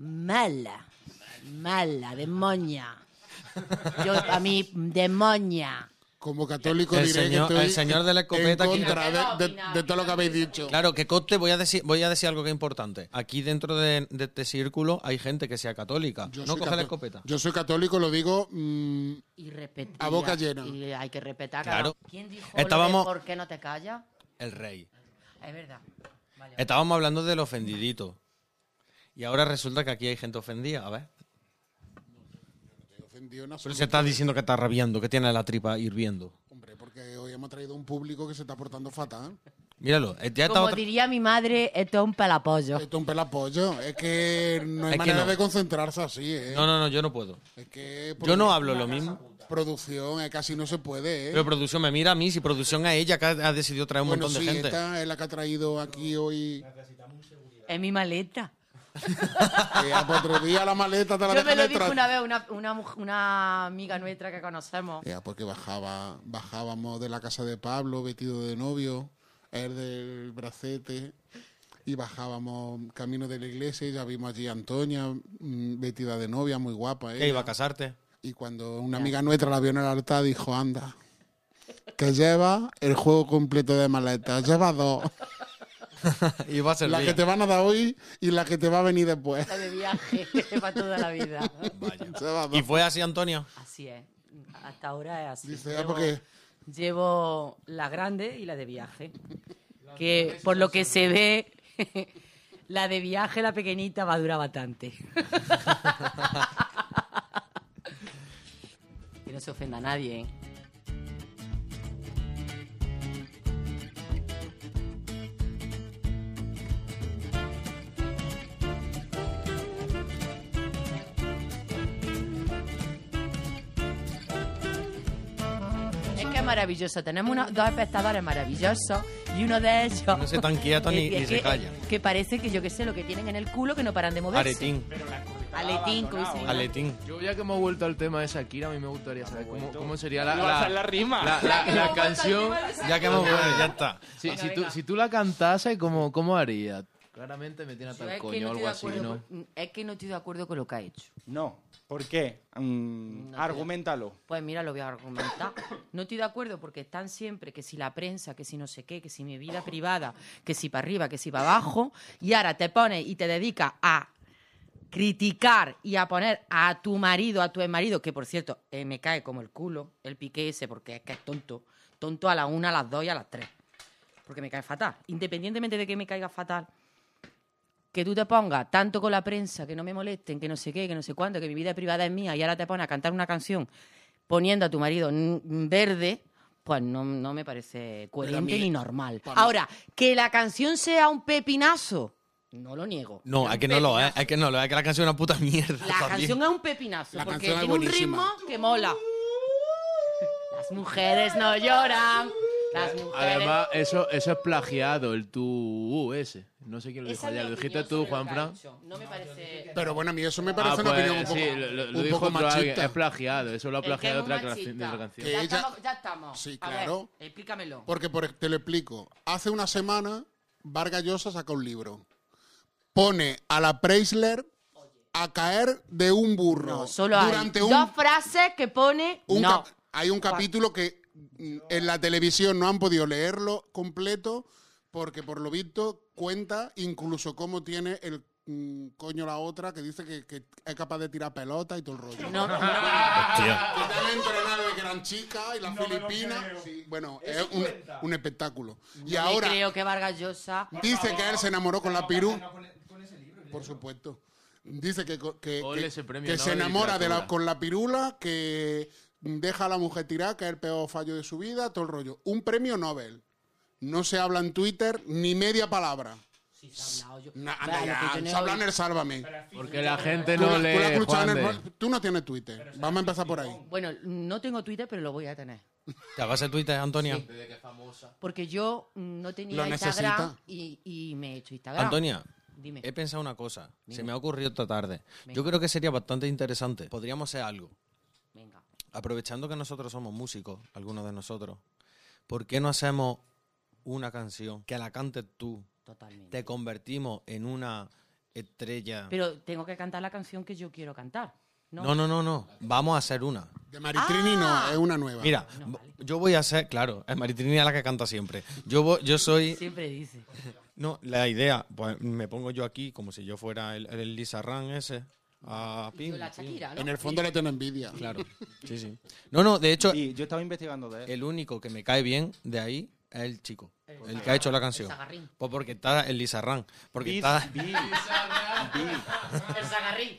Mala. Mala, demonia. Yo, a mí, demonia.
Como católico
El
diré
señor-
que estoy
el señor de la escopeta
en
que-
contra
Pero
de, de-
opina,
de todo lo que habéis dicho.
Claro, que coste, voy a decir, voy a decir algo que es importante. Aquí dentro de, de este círculo hay gente que sea católica.
Yo
no
soy
coge
cató-
la escopeta.
Yo soy católico, lo digo... mm,
y repetir.
A boca llena.
Y hay que respetar.
Claro.
cada- ¿Quién dijo
Estábamos-
lo de por qué no te callas?
El rey.
Es verdad. Vale, vale.
Estábamos hablando del ofendidito. Y ahora resulta que aquí hay gente ofendida, a ver.
estoy ofendido en
Pero
absoluto,
se está diciendo que está rabiando, que tiene la tripa hirviendo.
Hombre, porque hoy hemos traído un público que se está portando fatal.
Míralo, eh, ya está
Como
otra-
diría mi madre, esto es un pelapollo.
Esto es un pelapollo. Es que no
Es
hay
que
manera
no.
de concentrarse así, ¿eh?
No, no, no, yo no puedo.
Es que...
Yo
produ-
no hablo lo mismo.
Producción, es casi no se puede, ¿eh?
Pero producción me mira a mí, si producción a ella que ha, ha decidido traer un
bueno,
montón de
sí,
gente.
esta es la que ha traído aquí hoy.
Es mi maleta.
Eh, a por otro día la maleta te la
Yo me
dejan
lo
en
dijo
tra-
una vez una, una, muj- una amiga nuestra que conocemos.
Ya, Eh, porque bajaba, bajábamos de la casa de Pablo vestido de novio, él del bracete, y bajábamos camino de la iglesia y ya vimos allí a Antonia mm, vestida de novia, muy guapa.
Que
ella.
iba a casarte.
Y cuando una amiga nuestra la vio en el altar, dijo, anda, que lleva el juego completo de maletas, lleva dos,
iba a ser
la que te van a dar hoy y la que te va a venir después.
La de viaje para toda la vida.
Lleva dos.
Y fue así, Antonio.
Así es. Hasta ahora es así.
Dice, ah, porque-
llevo la grande y la de viaje. Que por lo que se ve, la de viaje, la pequeñita, va a durar bastante. que no se ofenda a nadie. ¿eh? Es que es maravilloso. Tenemos unos- dos espectadores maravillosos y uno de ellos.
No se tan quieto ni-
Eh, Es
ni se
que-
calla.
Que parece que yo que sé lo que tienen en el culo que no paran de moverse.
Aretín.
Pero la escopeta
Aletín, como dice mi madre.
Aletín.
Yo ya que hemos vuelto al tema de Shakira, a mí me gustaría saber cómo, cómo sería la,
No va a
la,
hacer la rima.
la- la- la canción.
Ya que hemos
Bueno, ya está.
Sí, si, tú, si tú la cantases, ¿cómo, cómo harías? Claramente me tiene
Yo
hasta
es
el
que
coño
no
o
estoy de
algo así,
acuerdo
¿no?
con- Es que no estoy de acuerdo con lo que ha hecho.
No. ¿Por qué? Mm,
No,
argumentalo.
Pues mira, lo voy a argumentar. No estoy de acuerdo porque están siempre que si la prensa, que si no sé qué, que si mi vida privada, que si para arriba, que si para abajo. Y ahora te pones y te dedicas a criticar y a poner a tu marido, a tu marido, que por cierto, eh, me cae como el culo el pique ese porque es que es tonto. Tonto a la una, a las dos y a las tres. Porque me cae fatal. Independientemente de que me caiga fatal, que tú te pongas tanto con la prensa, que no me molesten, que no sé qué, que no sé cuánto, que mi vida privada es mía y ahora te pones a cantar una canción poniendo a tu marido n- verde, pues no, no me parece coherente
mí-
ni normal.
para mí-
Ahora, que la canción sea un pepinazo, no lo niego.
No, es que no lo es. Es que no lo es. Es que la canción es una puta mierda.
La
también.
canción es un pepinazo,
La
porque
canción es
tiene un ritmo
buenísima.
que mola. Las mujeres no lloran. Las mujeres.
Eh, Además, eso, eso es plagiado, el tu ese. No sé quién lo dijo
Esa es
ayer.
mi
¿Lo dijiste
opinión
tú,
sobre lo
Juan
que ha
Fran?
hecho. No me parece.
Pero bueno, a mí eso me parece
Ah,
una opinión un
pues
poco,
sí, lo, lo- lo
un
dijo
poco
otro alguien.
machista.
Es plagiado, eso lo ha
El que es
plagiado
muy
otra,
machista.
canción- de otra canción.
Que
Ya,
ella-
estamos, ya estamos.
Sí,
A ver,
claro.
explícamelo.
Porque por, te lo explico. Hace una semana, Vargas Llosa saca un libro. Pone a la Preisler a caer de un burro.
No, solo hay
durante un,
dos frases que pone.
un
no.
cap- Hay un capítulo que mm, en la televisión no han podido leerlo completo porque por lo visto cuenta incluso cómo tiene el mm, coño la otra que dice que, que es capaz de tirar pelota y todo el rollo.
No, no,
Que están entrenadas de que eran chicas y las filipinas. Sí, bueno, es un, un espectáculo. y
me
ahora
creo que Vargas Llosa.
dice que él se enamoró con la Piru. Por supuesto. Dice que, co- que,
Ole
que-
ese premio
que
Nobel
se
de
enamora de la,
literatura.
con la pirula, que deja a la mujer tirada, que es el peor fallo de su vida, todo el rollo. Un premio Nobel. No se habla en Twitter ni media palabra.
Sí, se ha hablado yo.
Na- anda
Vale,
ya,
que yo no he
se habla en
oído.
el Sálvame.
Porque la gente
Tú, la-
no
tú la has
lee.
escuchado en el-
Juan de-
tú no tienes Twitter. Vamos a empezar por ahí.
Bueno, no tengo Twitter, pero lo voy a tener.
Ya va a ser Twitter, Antonia.
Porque yo mm, no tenía
Lo
Instagram
necesita.
y, y me he hecho Instagram.
Antonia. eh,
Dime.
He pensado una cosa, se me ha ocurrido esta tarde. Yo creo que sería bastante interesante. Podríamos hacer algo.
Venga.
aprovechando que nosotros somos músicos, algunos de nosotros, ¿por qué no hacemos una canción que la cantes tú?
Totalmente.
Te convertimos en una estrella.
Pero tengo que cantar la canción que yo quiero cantar. No,
No, no, no, no. Vamos a hacer una.
De Maritrini
Ah.
no, es una nueva.
Mira, yo voy a hacer, claro, es Maritrini la que canta siempre. Yo, vo- yo soy
Siempre dice.
No, la idea, pues me pongo yo aquí como si yo fuera el, el Lisa Ran ese. A
Y yo
pim,
la
pim.
Shakira, ¿no?
En el fondo le tengo envidia.
Claro. Sí, sí. No, no, de hecho,
Y yo Eh, estaba investigando de él.
el único que me cae bien de ahí es el chico, el que ha hecho la canción.
Zagarrín.
Pues porque está el Lizarrán, porque
Biz-
está,
Biz-
El Zagarrín.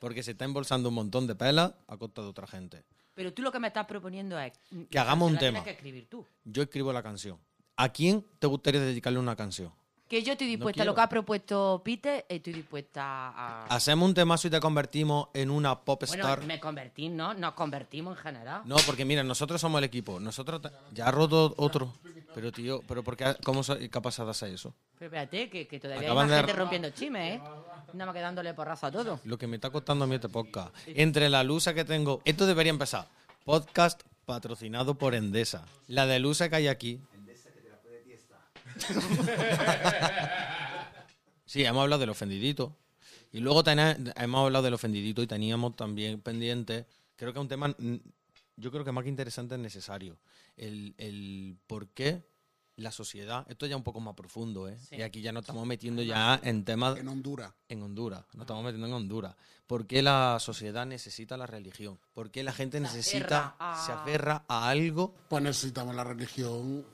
porque se está embolsando un montón de pelas a costa de otra gente.
Pero tú lo que me estás proponiendo es.
Que hagamos
se
un
la
tema.
Tienes que escribir tú.
Yo escribo la canción. ¿A quién te gustaría dedicarle una canción?
Que yo estoy dispuesta a
quiero.
lo que ha propuesto Peter, estoy dispuesta a.
Hacemos un temazo y te convertimos en una pop
bueno,
star.
me convertí, ¿no? Nos convertimos en general.
No, porque mira, nosotros somos el equipo. Nosotros ta- ya ha roto otro. Pero tío, pero porque cómo so- capaz de hacer eso?
Pero espérate, que, que todavía
Acaban
hay
de-
más gente rompiendo chimes, ¿eh? Nada más que dándole porrazo a todo.
Lo que me está costando a mí este podcast. Entre la lusa que tengo. Esto debería empezar. Podcast patrocinado por Endesa. La de lusa que hay aquí. Sí, hemos hablado del ofendidito. Y luego tena- hemos hablado del ofendidito y teníamos también pendiente. Creo que es un tema. mm, Yo creo que más que interesante es necesario. El, el por qué la sociedad. Esto ya es un poco más profundo, ¿eh? Y aquí ya nos estamos metiendo ya en temas
En Honduras.
en Honduras, nos estamos metiendo en Honduras. ¿Por qué la sociedad necesita la religión? ¿Por qué la gente necesita,
aferra a-
se aferra a algo?
Pues necesitamos la religión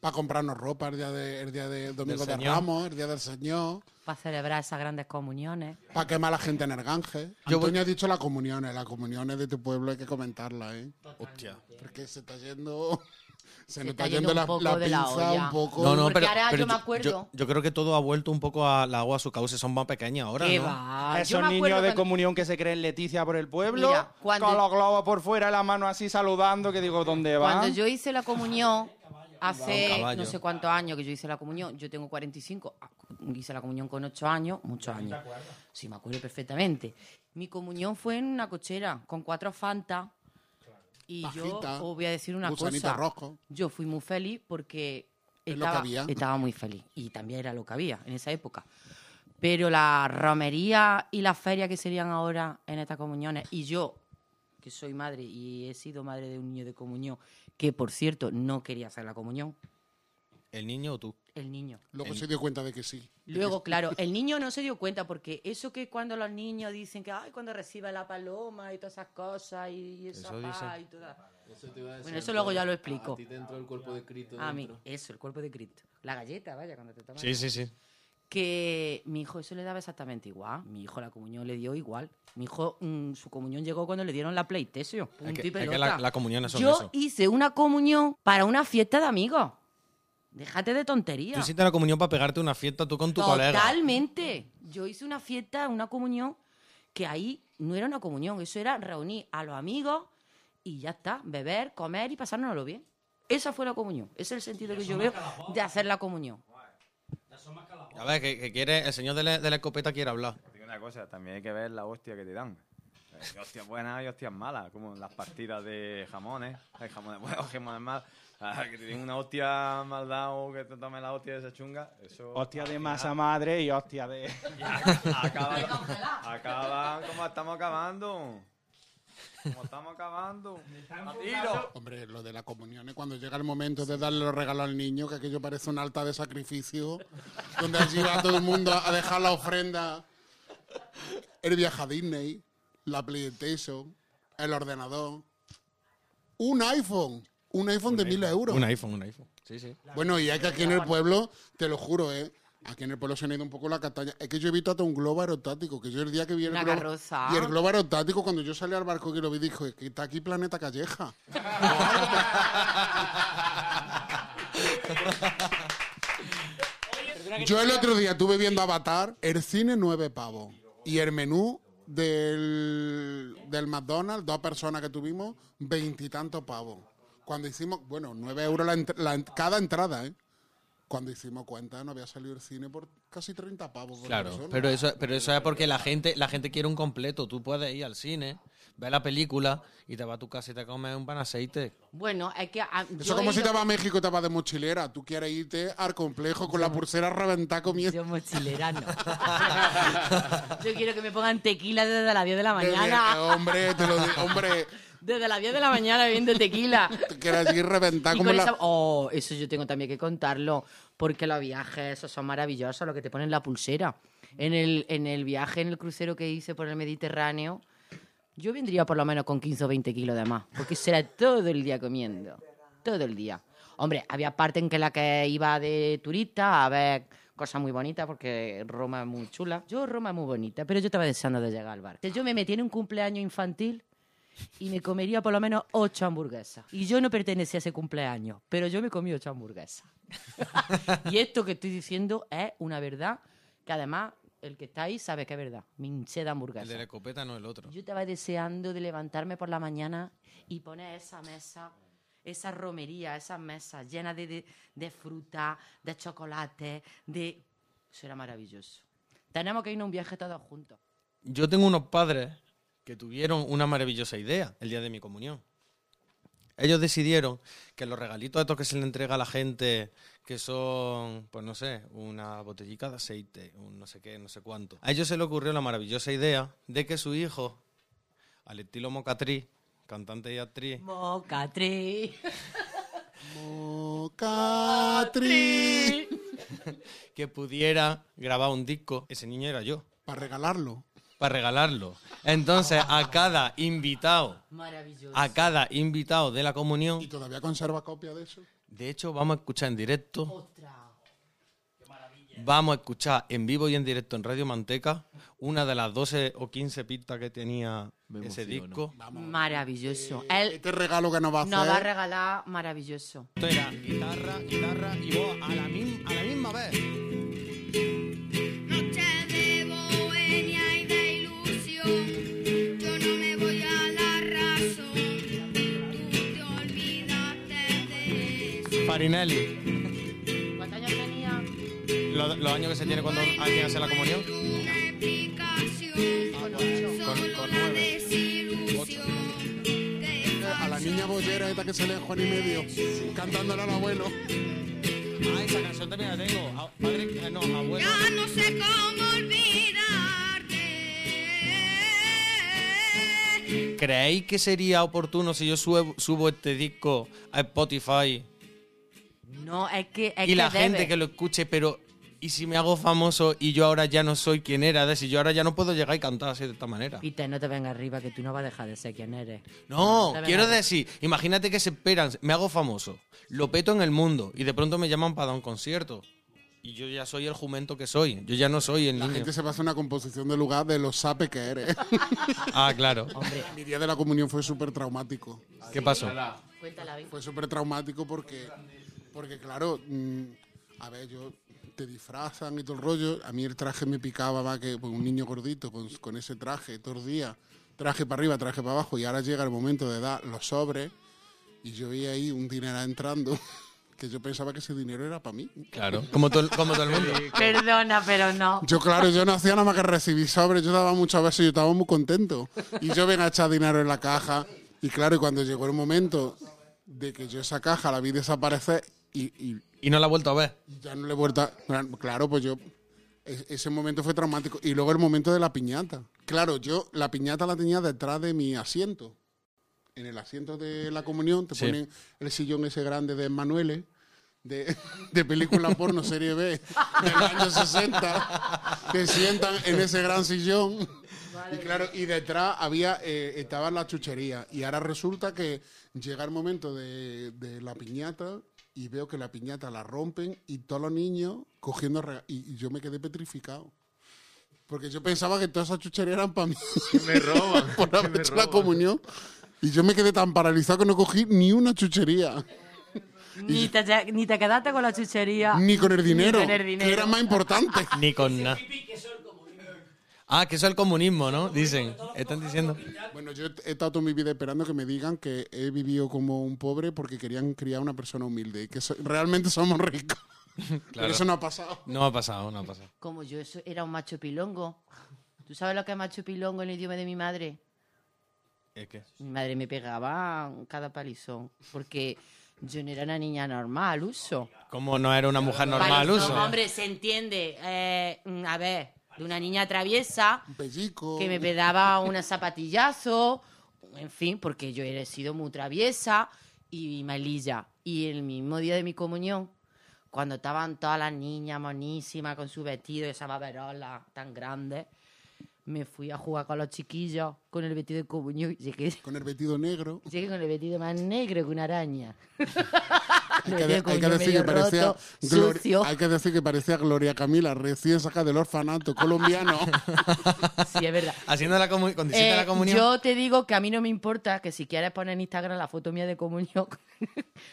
para comprarnos ropa el día de, el día de Domingo
Del
de
Señor.
Ramos, el día del Señor,
Para celebrar esas grandes comuniones.
para quemar a la gente en el Ganges.
Yo
Antonio
voy-
ha dicho las comuniones, las comuniones de tu pueblo hay que comentarlas, ¿eh?
Hostia.
Porque se está yendo, se, nos
está
está,
yendo
yendo,
un
la,
poco
la
de la
pinza
olla.
un poco.
No, no,
Porque
pero,
ahora
pero
yo me acuerdo-
Yo, yo creo que todo ha vuelto un poco al agua a su cauce, son más pequeñas ahora,
¿Qué
¿no?
va?
A
Yo
esos
me
niños
acuerdo
de
cuando-
comunión que se creen Leticia por el pueblo,
Mira, cuando-
con los globos por fuera, la mano así saludando, que digo, ¿dónde va?
Cuando yo hice la comunión, Hace
caballo.
no sé cuántos años que yo hice la comunión, yo tengo 45, ah, hice la comunión con 8 años, muchos años. Sí, me acuerdo perfectamente. Mi comunión fue en una cochera con cuatro fantas. Y
Pajita,
yo os voy a decir una
gusanito
cosa.
rojo.
Yo fui muy feliz porque
Es lo que
estaba,
había.
estaba muy feliz. Y también era lo que había en esa época. Pero la romería y la feria que serían ahora en estas comuniones, y yo, que soy madre y he sido madre de un niño de comunión, que por cierto no quería hacer la comunión,
¿El niño o tú?
el niño.
Luego se dio cuenta de que sí.
Luego, claro, el niño no se dio cuenta porque eso que cuando los niños dicen que, ay, cuando reciba la paloma y todas esas cosas y, y esa
Eso dice.
paz y toda...
Eso te iba a decir,
Bueno, eso luego ya lo
a-
explico.
A ti te entró el cuerpo de Cristo.
A mí,
dentro.
eso, el cuerpo de Cristo. La galleta, vaya, cuando te tomas.
Sí, sí, sí.
que mi hijo eso le daba exactamente igual. Mi hijo la comunión le dio igual. Mi hijo, mm, su comunión llegó cuando le dieron la PlayStation. Punto
Es que-
y
es que
pelota.
la- las comuniones son
Yo
eso.
hice una comunión para una fiesta de amigos. Déjate de
Tú
tonterías.
hiciste la comunión para pegarte una fiesta tú con tu colega.
Totalmente. Yo hice una fiesta, una comunión, que ahí no era una comunión, eso era reunir a los amigos y ya está, beber, comer y pasárnoslo bien. Esa fue la comunión. Ese es el sentido que yo veo de hacer la comunión.
A ver, que, que quiere, el señor de la, de la escopeta quiere hablar.
Digo una cosa, también hay que ver la hostia que te dan. Hay hostias buenas y hostias malas, como en las partidas de jamones. Hay jamones buenos, jamones malos. Ah, que te den una hostia mal dado, que te tomen la hostia de esa chunga. Eso
Hostia de masa madre y hostia de.
acaba, acaba como estamos acabando. Como estamos acabando. A tiro.
Hombre, lo de la comunión es cuando llega el momento de darle los regalos al niño, que aquello parece un alta de sacrificio, donde allí va todo el mundo a dejar la ofrenda. El viaje a Disney, la PlayStation, el ordenador, un iPhone, un iPhone de mil euros.
Un iPhone, un iPhone. Sí, sí.
Bueno, y es que aquí en el pueblo, te lo juro, ¿eh? Aquí en el pueblo se han ido un poco la castaña. Es que yo he visto hasta un globo aerostático, que yo el día que vi el
Una
globo...
carroza.
Y el globo aerostático, cuando yo salí al barco que lo vi, dijo, "Es que está aquí Planeta Calleja. O algo. yo el otro día estuve viendo Avatar, el cine nueve pavos. Y el menú del, del McDonald's, dos personas que tuvimos, veintitantos pavos. Cuando hicimos, bueno, nueve euros la entr- la ent- cada entrada, ¿eh? Cuando hicimos cuenta, no había salido el cine por casi 30 pavos. por
Claro,
persona.
pero eso, pero eso es porque la gente, la gente quiere un completo. Tú puedes ir al cine, ver la película y te vas a tu casa y te comes un pan aceite.
Bueno, es que... a- yo
Eso como
he
si
ido-
te vas a México y te vas de mochilera. Tú quieres irte al complejo con la pulsera reventada comiendo.
Yo mochilera no. Yo quiero que me pongan tequila desde las 10 de la
Eh,
mañana.
hombre, te lo digo. Hombre,
Desde las 10 de la mañana bebiendo tequila.
te quieres ir reventada
Y
como
con
la...
esa- Oh, eso yo tengo también que contarlo. Porque los viajes, esos son maravillosos, lo que te ponen la pulsera. En el, en el viaje, en el crucero que hice por el Mediterráneo, yo vendría por lo menos con 15 o 20 kilos de más. Porque será todo el día comiendo. Todo el día. Hombre, había parte en que la que iba de turista a ver cosas muy bonitas, porque Roma es muy chula. Yo, Roma es muy bonita, pero yo estaba deseando de llegar al bar. Yo me metí en un cumpleaños infantil y me comería por lo menos ocho hamburguesas. Y yo no pertenecía a ese cumpleaños, pero yo me comí ocho hamburguesas. y esto que estoy diciendo es una verdad, que además el que está ahí sabe que es verdad. Me hinché de
El de la
hamburguesas.
escopeta no el otro.
Yo estaba deseando de levantarme por la mañana y poner esa mesa, esa romería, esas mesas llenas de, de, de fruta, de chocolate, de... Eso era maravilloso. Tenemos que irnos a un viaje todos juntos.
Yo tengo unos padres que tuvieron una maravillosa idea el día de mi comunión. Ellos decidieron que los regalitos estos que se le entrega a la gente, que son, pues no sé, una botellica de aceite, un no sé qué, no sé cuánto. A ellos se le ocurrió la maravillosa idea de que su hijo, al estilo Mocatriz, cantante y actriz,
Mocatri.
Oh, Mocatri.
que pudiera grabar un disco, ese niño era yo,
Para regalarlo.
para regalarlo. Entonces, a cada invitado,
Maravilloso.
a cada invitado de la comunión,
¿Y todavía conserva copia de eso?
De hecho, vamos a escuchar en directo,
Otra.
vamos a escuchar en vivo y en directo en Radio Manteca una de las 12 o 15 pistas que tenía
Me
ese
emociono.
disco.
Maravilloso.
Eh,
Él
Este regalo que nos va a hacer...
nos va a regalar maravilloso.
Esto era guitarra, guitarra y voz a la, mim- a la misma vez.
Noches de bohemia y de ilusión, yo no me voy a la razón, tú te olvidaste de eso.
Farinelli.
¿Cuántos años tenía?
Los, los años que se tiene cuando alguien hace la comunión.
Con ocho.
Con, con nueve.
A la niña bollera esta que se lee Juan y medio, cantándole al abuelo.
Ah, esa canción también la tengo. Ah, Padre, eh, no, abuelo.
Ya no sé cómo olvidarte.
¿Creéis que sería oportuno si yo subo, subo este disco a Spotify
No, es que. Es
y la
que
gente
debe.
que lo escuche, pero ¿y si me hago famoso y yo ahora ya no soy quien era? Es decir, yo ahora ya no puedo llegar y cantar así de esta manera.
Peter, no te vengas arriba, que tú no vas a dejar de ser quien eres.
No,
te
quiero
vengas-
decir, imagínate que se esperan, me hago famoso, lo peto en el mundo y de pronto me llaman para dar un concierto. Y yo ya soy el jumento que soy, yo ya no soy el
La
niño.
gente Este se pasa una composición de lugar de los sape que eres.
Ah, claro.
Hombre,
Mi día de la comunión fue súper traumático.
¿Qué pasó?
cuéntala bien.
Fue súper traumático porque, porque claro, mm, a ver, yo te disfrazan y todo el rollo. A mí el traje me picaba más que pues, un niño gordito con, con ese traje todos los días. Traje para arriba, traje para abajo. Y ahora llega el momento de dar los sobres. Y yo vi ahí un dinero entrando que yo pensaba que ese dinero era para mí.
Claro, como todo, el- como todo el mundo.
Perdona, pero no.
Yo, claro, yo no hacía nada más que recibir sobres. Yo daba muchas veces y yo estaba muy contento. Y yo venía a echar dinero en la caja. Y claro, y cuando llegó el momento de que yo esa caja la vi desaparecer y, y-
Y no la he vuelto a ver.
y ya no le he vuelto a... Claro, Claro, pues yo... e- Ese momento fue traumático. Y luego el momento de la piñata. Claro, yo la piñata la tenía detrás de mi asiento. En el asiento de la comunión te
Sí.
ponen el sillón ese grande de Manuele. De, de película porno serie B del año 60 te sientan en ese gran sillón y claro y detrás había eh, estaba la chuchería y ahora resulta que llega el momento de, de la piñata y veo que la piñata la rompen y todos los niños cogiendo rega- y, y yo me quedé petrificado porque yo pensaba que todas esas chucherías eran para mí
Me roban.
por haber hecho la comunión y yo me quedé tan paralizado que no cogí ni una chuchería
Ni te, lle- ni te quedaste con la chuchería.
ni con el
Ah,
dinero,
Ni con el dinero.
que era más importante.
Ni con nada. Ah, que eso es el comunismo, ¿no? Dicen. Están diciendo.
Bueno, yo he estado toda mi vida esperando que me digan que he vivido como un pobre porque querían criar a una persona humilde y que so- realmente somos ricos. Pero eso no ha pasado.
No ha pasado, no ha pasado.
Como yo eso era un macho pilongo. ¿Tú sabes lo que es macho pilongo en el idioma de mi madre?
Es que.
Mi madre me pegaba cada palizón. Porque yo no era una niña normal, uso.
Como no era una mujer normal
Palizón,
uso.
Hombre, se entiende. Eh, mm, a ver, de una niña traviesa
Un pellico.
que me pedaba un zapatillazo. En fin, porque yo he sido muy traviesa y malilla. Y el mismo día de mi comunión, cuando estaban todas las niñas monísimas con su vestido y esa baberola tan grande, me fui a jugar con los chiquillos con el vestido de comunión. y Llegué,
Con el vestido negro.
llegué con el vestido más negro que una araña. El
Hay
vestido
que,
de
hay que
comunión
decir que
medio
parecía
roto,
Gloria-
sucio.
hay que decir que parecía Gloria Camila recién sacada del orfanato colombiano.
Sí, es verdad.
Haciendo la comunión. Cuando hiciste
Eh,
la comunión.
Yo te digo que a mí no me importa que si quieres poner en Instagram la foto mía de comunión.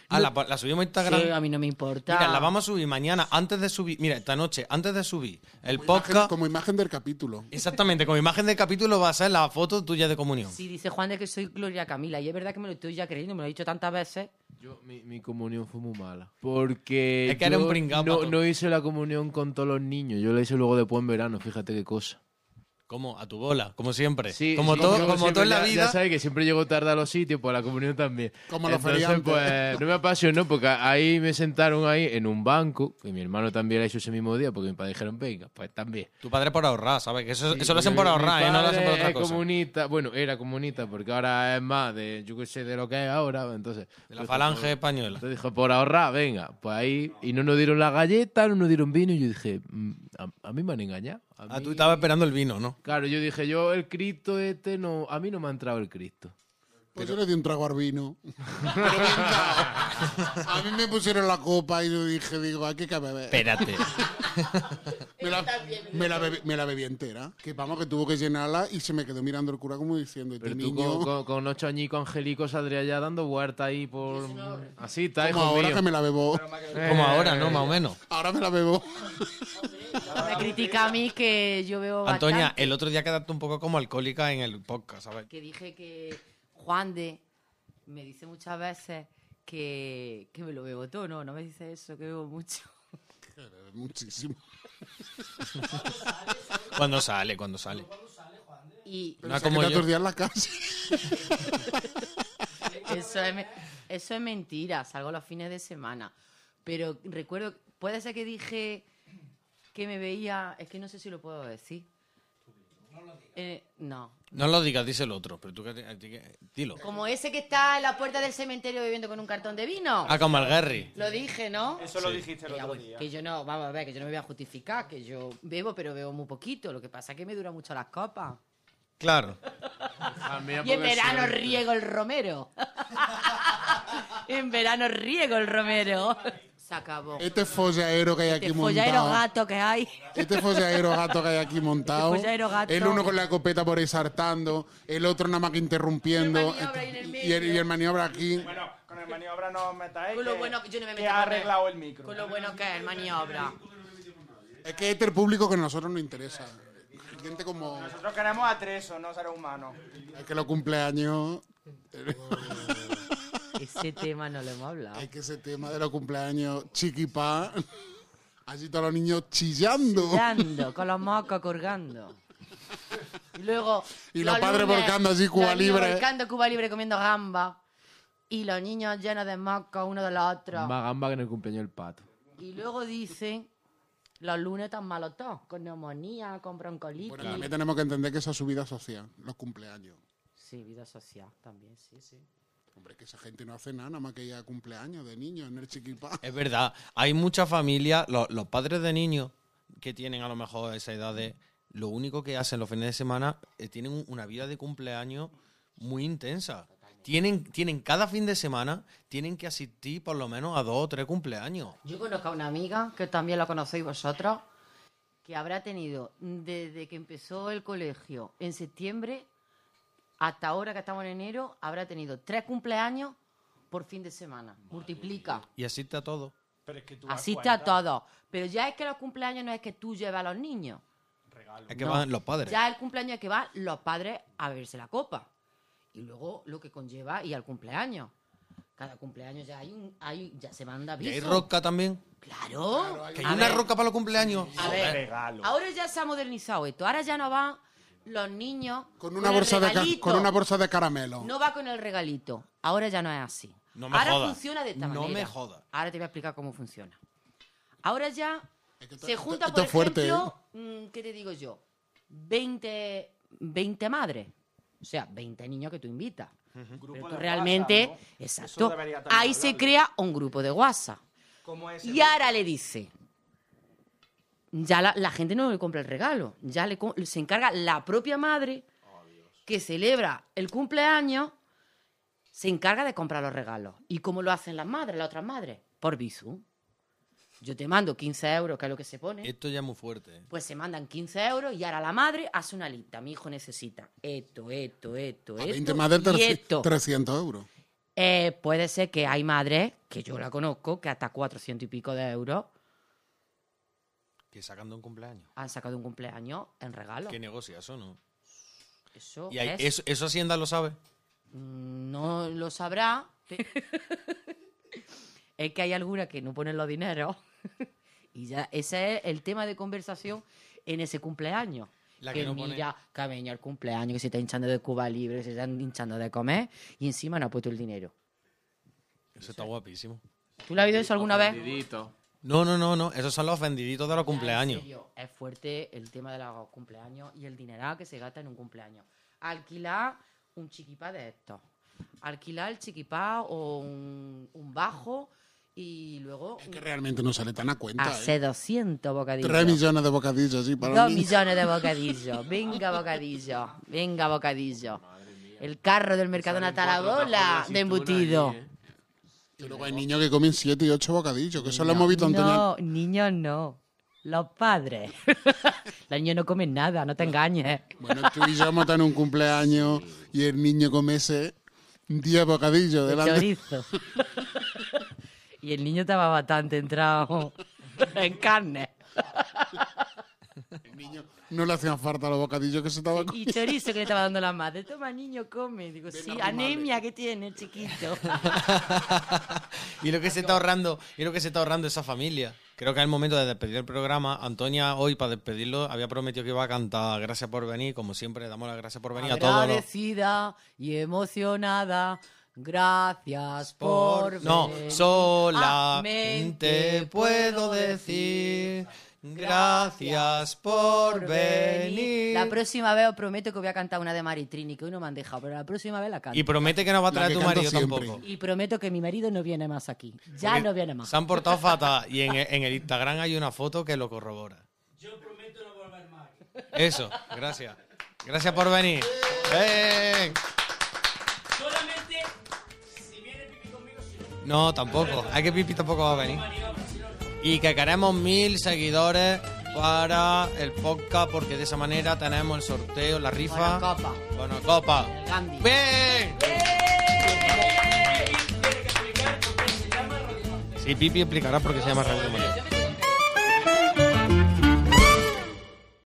Ah, la, la subimos a Instagram.
Sí, a mí no me importa.
Mira, la vamos a subir mañana, antes de subir. Mira, esta noche, antes de subir el
Como imagen-
podcast.
como imagen del capítulo.
Exactamente, como imagen del capítulo va a ser la foto tuya de comunión.
Sí, dice Juan de que soy Gloria Camila. Y es verdad que me lo estoy ya creyendo, me lo he dicho tantas veces.
Yo, mi, mi comunión fue muy mala. Porque.
Es que era
yo
un pringao pa'
no,
todo.
no hice la comunión con todos los niños. Yo la hice luego después en verano, fíjate qué cosa.
Como a tu bola, como siempre.
Sí,
como
sí,
todo,
yo
como
siempre-
todo en la
ya-
vida.
Ya sabes que siempre llego tarde a los sitios, pues a la comunión también.
Como los
Entonces,
feriantes.
pues no me apasionó, porque ahí me sentaron ahí en un banco, que mi hermano también la hizo ese mismo día, porque mi padre dijeron, venga, pues también.
tu padre por ahorrar, ¿sabes? Que eso,
Sí,
eso lo hacen
porque
por
mi
ahorrar, ¿eh? No lo hacen por
padre
otra
es
cosa.
comunista, bueno, era comunista, porque ahora es más de, yo qué sé, de lo que es ahora, entonces...
De la
pues,
falange española.
entonces dijo, por ahorrar, venga, pues ahí. Y no nos dieron la galleta, no nos dieron vino. Y yo dije, "Mm, a, a mí me han engañado.
Ah,
mí-
tú estabas esperando el vino, ¿no?
Claro, yo dije, yo el Cristo este, no, a mí no me ha entrado el Cristo.
Pues yo le di un trago al vino. Pero bien dado. A mí me pusieron la copa y yo dije, digo, aquí hay que beber.
Espérate.
Me la, me, la bebí, me la bebí entera. Que vamos, que tuvo que llenarla y se me quedó mirando el cura como diciendo, este
Pero tú
niño...
con, con- con ocho añicos angélicos saldrías ya dando vueltas ahí por... Así está,
como
hijo
ahora
mío.
que me la bebo.
como ahora, ¿no? Más o menos.
Ahora me la bebo.
Me critica a mí que yo veo
Antonia,
bastante.
el otro día quedaste un poco como alcohólica en el podcast, ¿sabes?
Que dije que Juan de me dice muchas veces que, que me lo bebo todo, no, no me dice eso, que bebo mucho.
Muchísimo.
Cuando sale, cuando sale.
Y
No como
Quédate
yo.
otros días en la casa.
eso es, me- eso es mentira, salgo los fines de semana. Pero recuerdo, puede ser que dije que me veía, es que no sé si lo puedo decir. Eh, no,
No lo digas, dice el otro. Pero tú que a ti que- dilo.
como ese que está en la puerta del cementerio bebiendo con un cartón de vino.
Ah, como el Gary.
Lo dije, ¿no?
Eso lo dijiste el
Ya,
otro
bueno,
día.
que yo no, vamos a ver, que yo no me voy a justificar, que yo bebo, pero bebo muy poquito. Lo que pasa es que me duran mucho las copas.
Claro.
A mí a
Y en
poca
verano
suerte.
riego el romero. en verano riego el romero. Se acabó.
Este follaero que hay aquí
Este folladero
montado.
gato que hay.
Este folladero gato que hay aquí montado.
Este folladero gato.
El uno con la escopeta por ahí saltando. El otro nada más que interrumpiendo.
Y el maniobra ahí en el
y, el,
medio.
y el maniobra aquí.
Bueno, con el maniobra no os metáis.
Con lo
que-
bueno que yo no me
Que
meto
ha
con él.
arreglado el micro.
Con lo bueno que es el maniobra.
Es que este es el público que a nosotros nos interesa. Gente como
Nosotros queremos a tres o no seres humanos.
el que los cumpleaños.
Ese tema no lo hemos hablado.
Hay que ese tema de los cumpleaños chiquipá. Allí todos los niños chillando.
Dando, con los mocos colgando. Y luego.
Y los padres volcando así Cuba
los niños
Libre.
Volcando Cuba Libre comiendo gamba. Y los niños llenos de mocos uno de los otros.
Más gamba que en el cumpleaños del pato.
Y luego dicen. Los lunes tan malos todos, con neumonía, con broncolitis.
Bueno, también tenemos que entender que esa es su vida social, los cumpleaños.
Sí, vida social también, sí, sí.
Hombre, que esa gente no hace nada, nada más que ir a cumpleaños de niños en el chiquipá.
Es verdad, hay muchas familias, lo- los, padres de niños que tienen a lo mejor esa edad de... Lo único que hacen los fines de semana eh, tienen un- una vida de cumpleaños muy intensa. Tienen, tienen cada fin de semana, tienen que asistir por lo menos a dos o tres cumpleaños.
Yo conozco a una amiga, que también la conocéis vosotros, que habrá tenido desde que empezó el colegio en septiembre hasta ahora que estamos en enero, habrá tenido tres cumpleaños por fin de semana. Multiplica.
Y asiste a todo.
Pero es que tú das
Asiste a
cuenta.
todos. Pero ya es que los cumpleaños no es que tú lleves a los niños.
Es que
No.
van los padres.
Ya el cumpleaños es que van los padres a beberse la copa. Y luego lo que conlleva y al cumpleaños. Cada cumpleaños ya hay un, hay, ya se manda
Y hay
aviso.
roca también.
Claro.
Que hay
A
una
ver.
roca para los cumpleaños.
A ver,
regalo.
ahora ya se ha modernizado esto. Ahora ya no van los niños
Con una,
el
bolsa de, ca-
regalito.
con una bolsa de caramelo.
No va con el regalito. Ahora ya no es así.
No me
ahora
jodas.
funciona de esta
No
manera.
me jodas.
Ahora te voy a explicar cómo funciona. Ahora ya
Es que esto-
se
esto-
junta,
esto
por
es fuerte, ¿eh?
ejemplo, mm, ¿qué te digo yo? 20, 20 madres. O sea, 20 niños que tú invitas.
Grupo
Pero
de
tú
WhatsApp,
realmente,
¿no? Eso
exacto.
debería también
Ahí se
hablarlo.
crea un grupo de WhatsApp.
¿Cómo es el-
Y ahora le dice. Ya la, la gente no le compra el regalo. Ya le, co- se encarga la propia madre que celebra el cumpleaños. Se encarga de comprar los regalos. ¿Y cómo lo hacen las madres, las otras madres? Por Bisu. Yo te mando 15 euros, que es lo que se pone.
Esto ya es muy fuerte. ¿eh?
Pues se mandan 15 euros y ahora la madre hace una lista. Mi hijo necesita esto, esto, esto,
A
esto.
20 más de
y
300
esto.
300 euros.
Eh, puede ser que hay madres, que yo la conozco, que hasta 400 y pico de euros
Que sacando un cumpleaños.
han sacado un cumpleaños en regalo.
¿Qué negocia eso, no?
Eso,
Y hay-
es-
eso, eso Hacienda lo sabe.
no lo sabrá. pe- es que hay algunas que no ponen los dineros. y ya ese es el tema de conversación en ese cumpleaños.
La
que,
que no pone-
mira, que ha venido el cumpleaños, que se está hinchando de Cuba Libre, que se están hinchando de comer y encima no ha puesto el dinero.
Eso está guapísimo.
¿Tú lo has oído eso alguna vez?
Ofendidito.
No, no, no, no. Esos son los ofendiditos de los
Ya, en
cumpleaños.
serio, Es fuerte el tema de los cumpleaños y el dineral que se gasta en un cumpleaños. Alquilar un chiquipá de estos. Alquilar el chiquipá o un, un bajo y luego
Es que realmente no sale tan a cuenta.
hace 200 bocadillos.
3 millones de bocadillos así para
Dos
un niño.
millones de bocadillos. Venga, bocadillo. Venga, bocadillo. El carro del Mercadona Tarabola de embutido.
¿eh?
¿eh? Y luego hay niños que comen 7 y 8 bocadillos, que eso lo hemos visto Antonio.
No, niños no. Los padres. Los niños no comen nada, no te engañes.
Bueno, tú y yo hemos estado en un cumpleaños y el niño come ese 10 bocadillos
de
delante.
chorizo. y el niño estaba bastante entrado en carne.
El niño, No le hacían falta los bocadillos que se estaba comiendo.
Y chorizo que le estaba dando la madre. Toma, niño, come. Digo,
Ven
sí,
a tomarle.
anemia que tiene el chiquito.
y lo que se está ahorrando, y lo que se está ahorrando esa familia. Creo que es el momento de despedir el programa. Antonia hoy para despedirlo había prometido que iba a cantar Gracias por venir, como siempre damos las gracias por venir a todos los
Agradecida y emocionada. Gracias por.
No,
venir.
solamente
Ah,
puedo decir gracias por venir.
La próxima vez os prometo que voy a cantar una de Maritrini, que hoy no me han dejado, pero la próxima vez la canto.
Y
Y,
promete que no va a
La
traer
que
tu
canto
marido
siempre.
tampoco.
prometo que mi marido no viene más aquí. Ya no viene más.
Se han portado fatal y en, en el Instagram hay una foto que lo corrobora. Yo prometo no volver más. Eso, gracias. Gracias por venir. Eh. No, tampoco. Hay que Pipi tampoco va a venir. Y que queremos mil seguidores para el podcast porque de esa manera tenemos el sorteo, la rifa.
Bonocopa.
Bonocopa.
Gandhi.
¡Bien! Sí, Pipi explicará por qué se llama Radio María.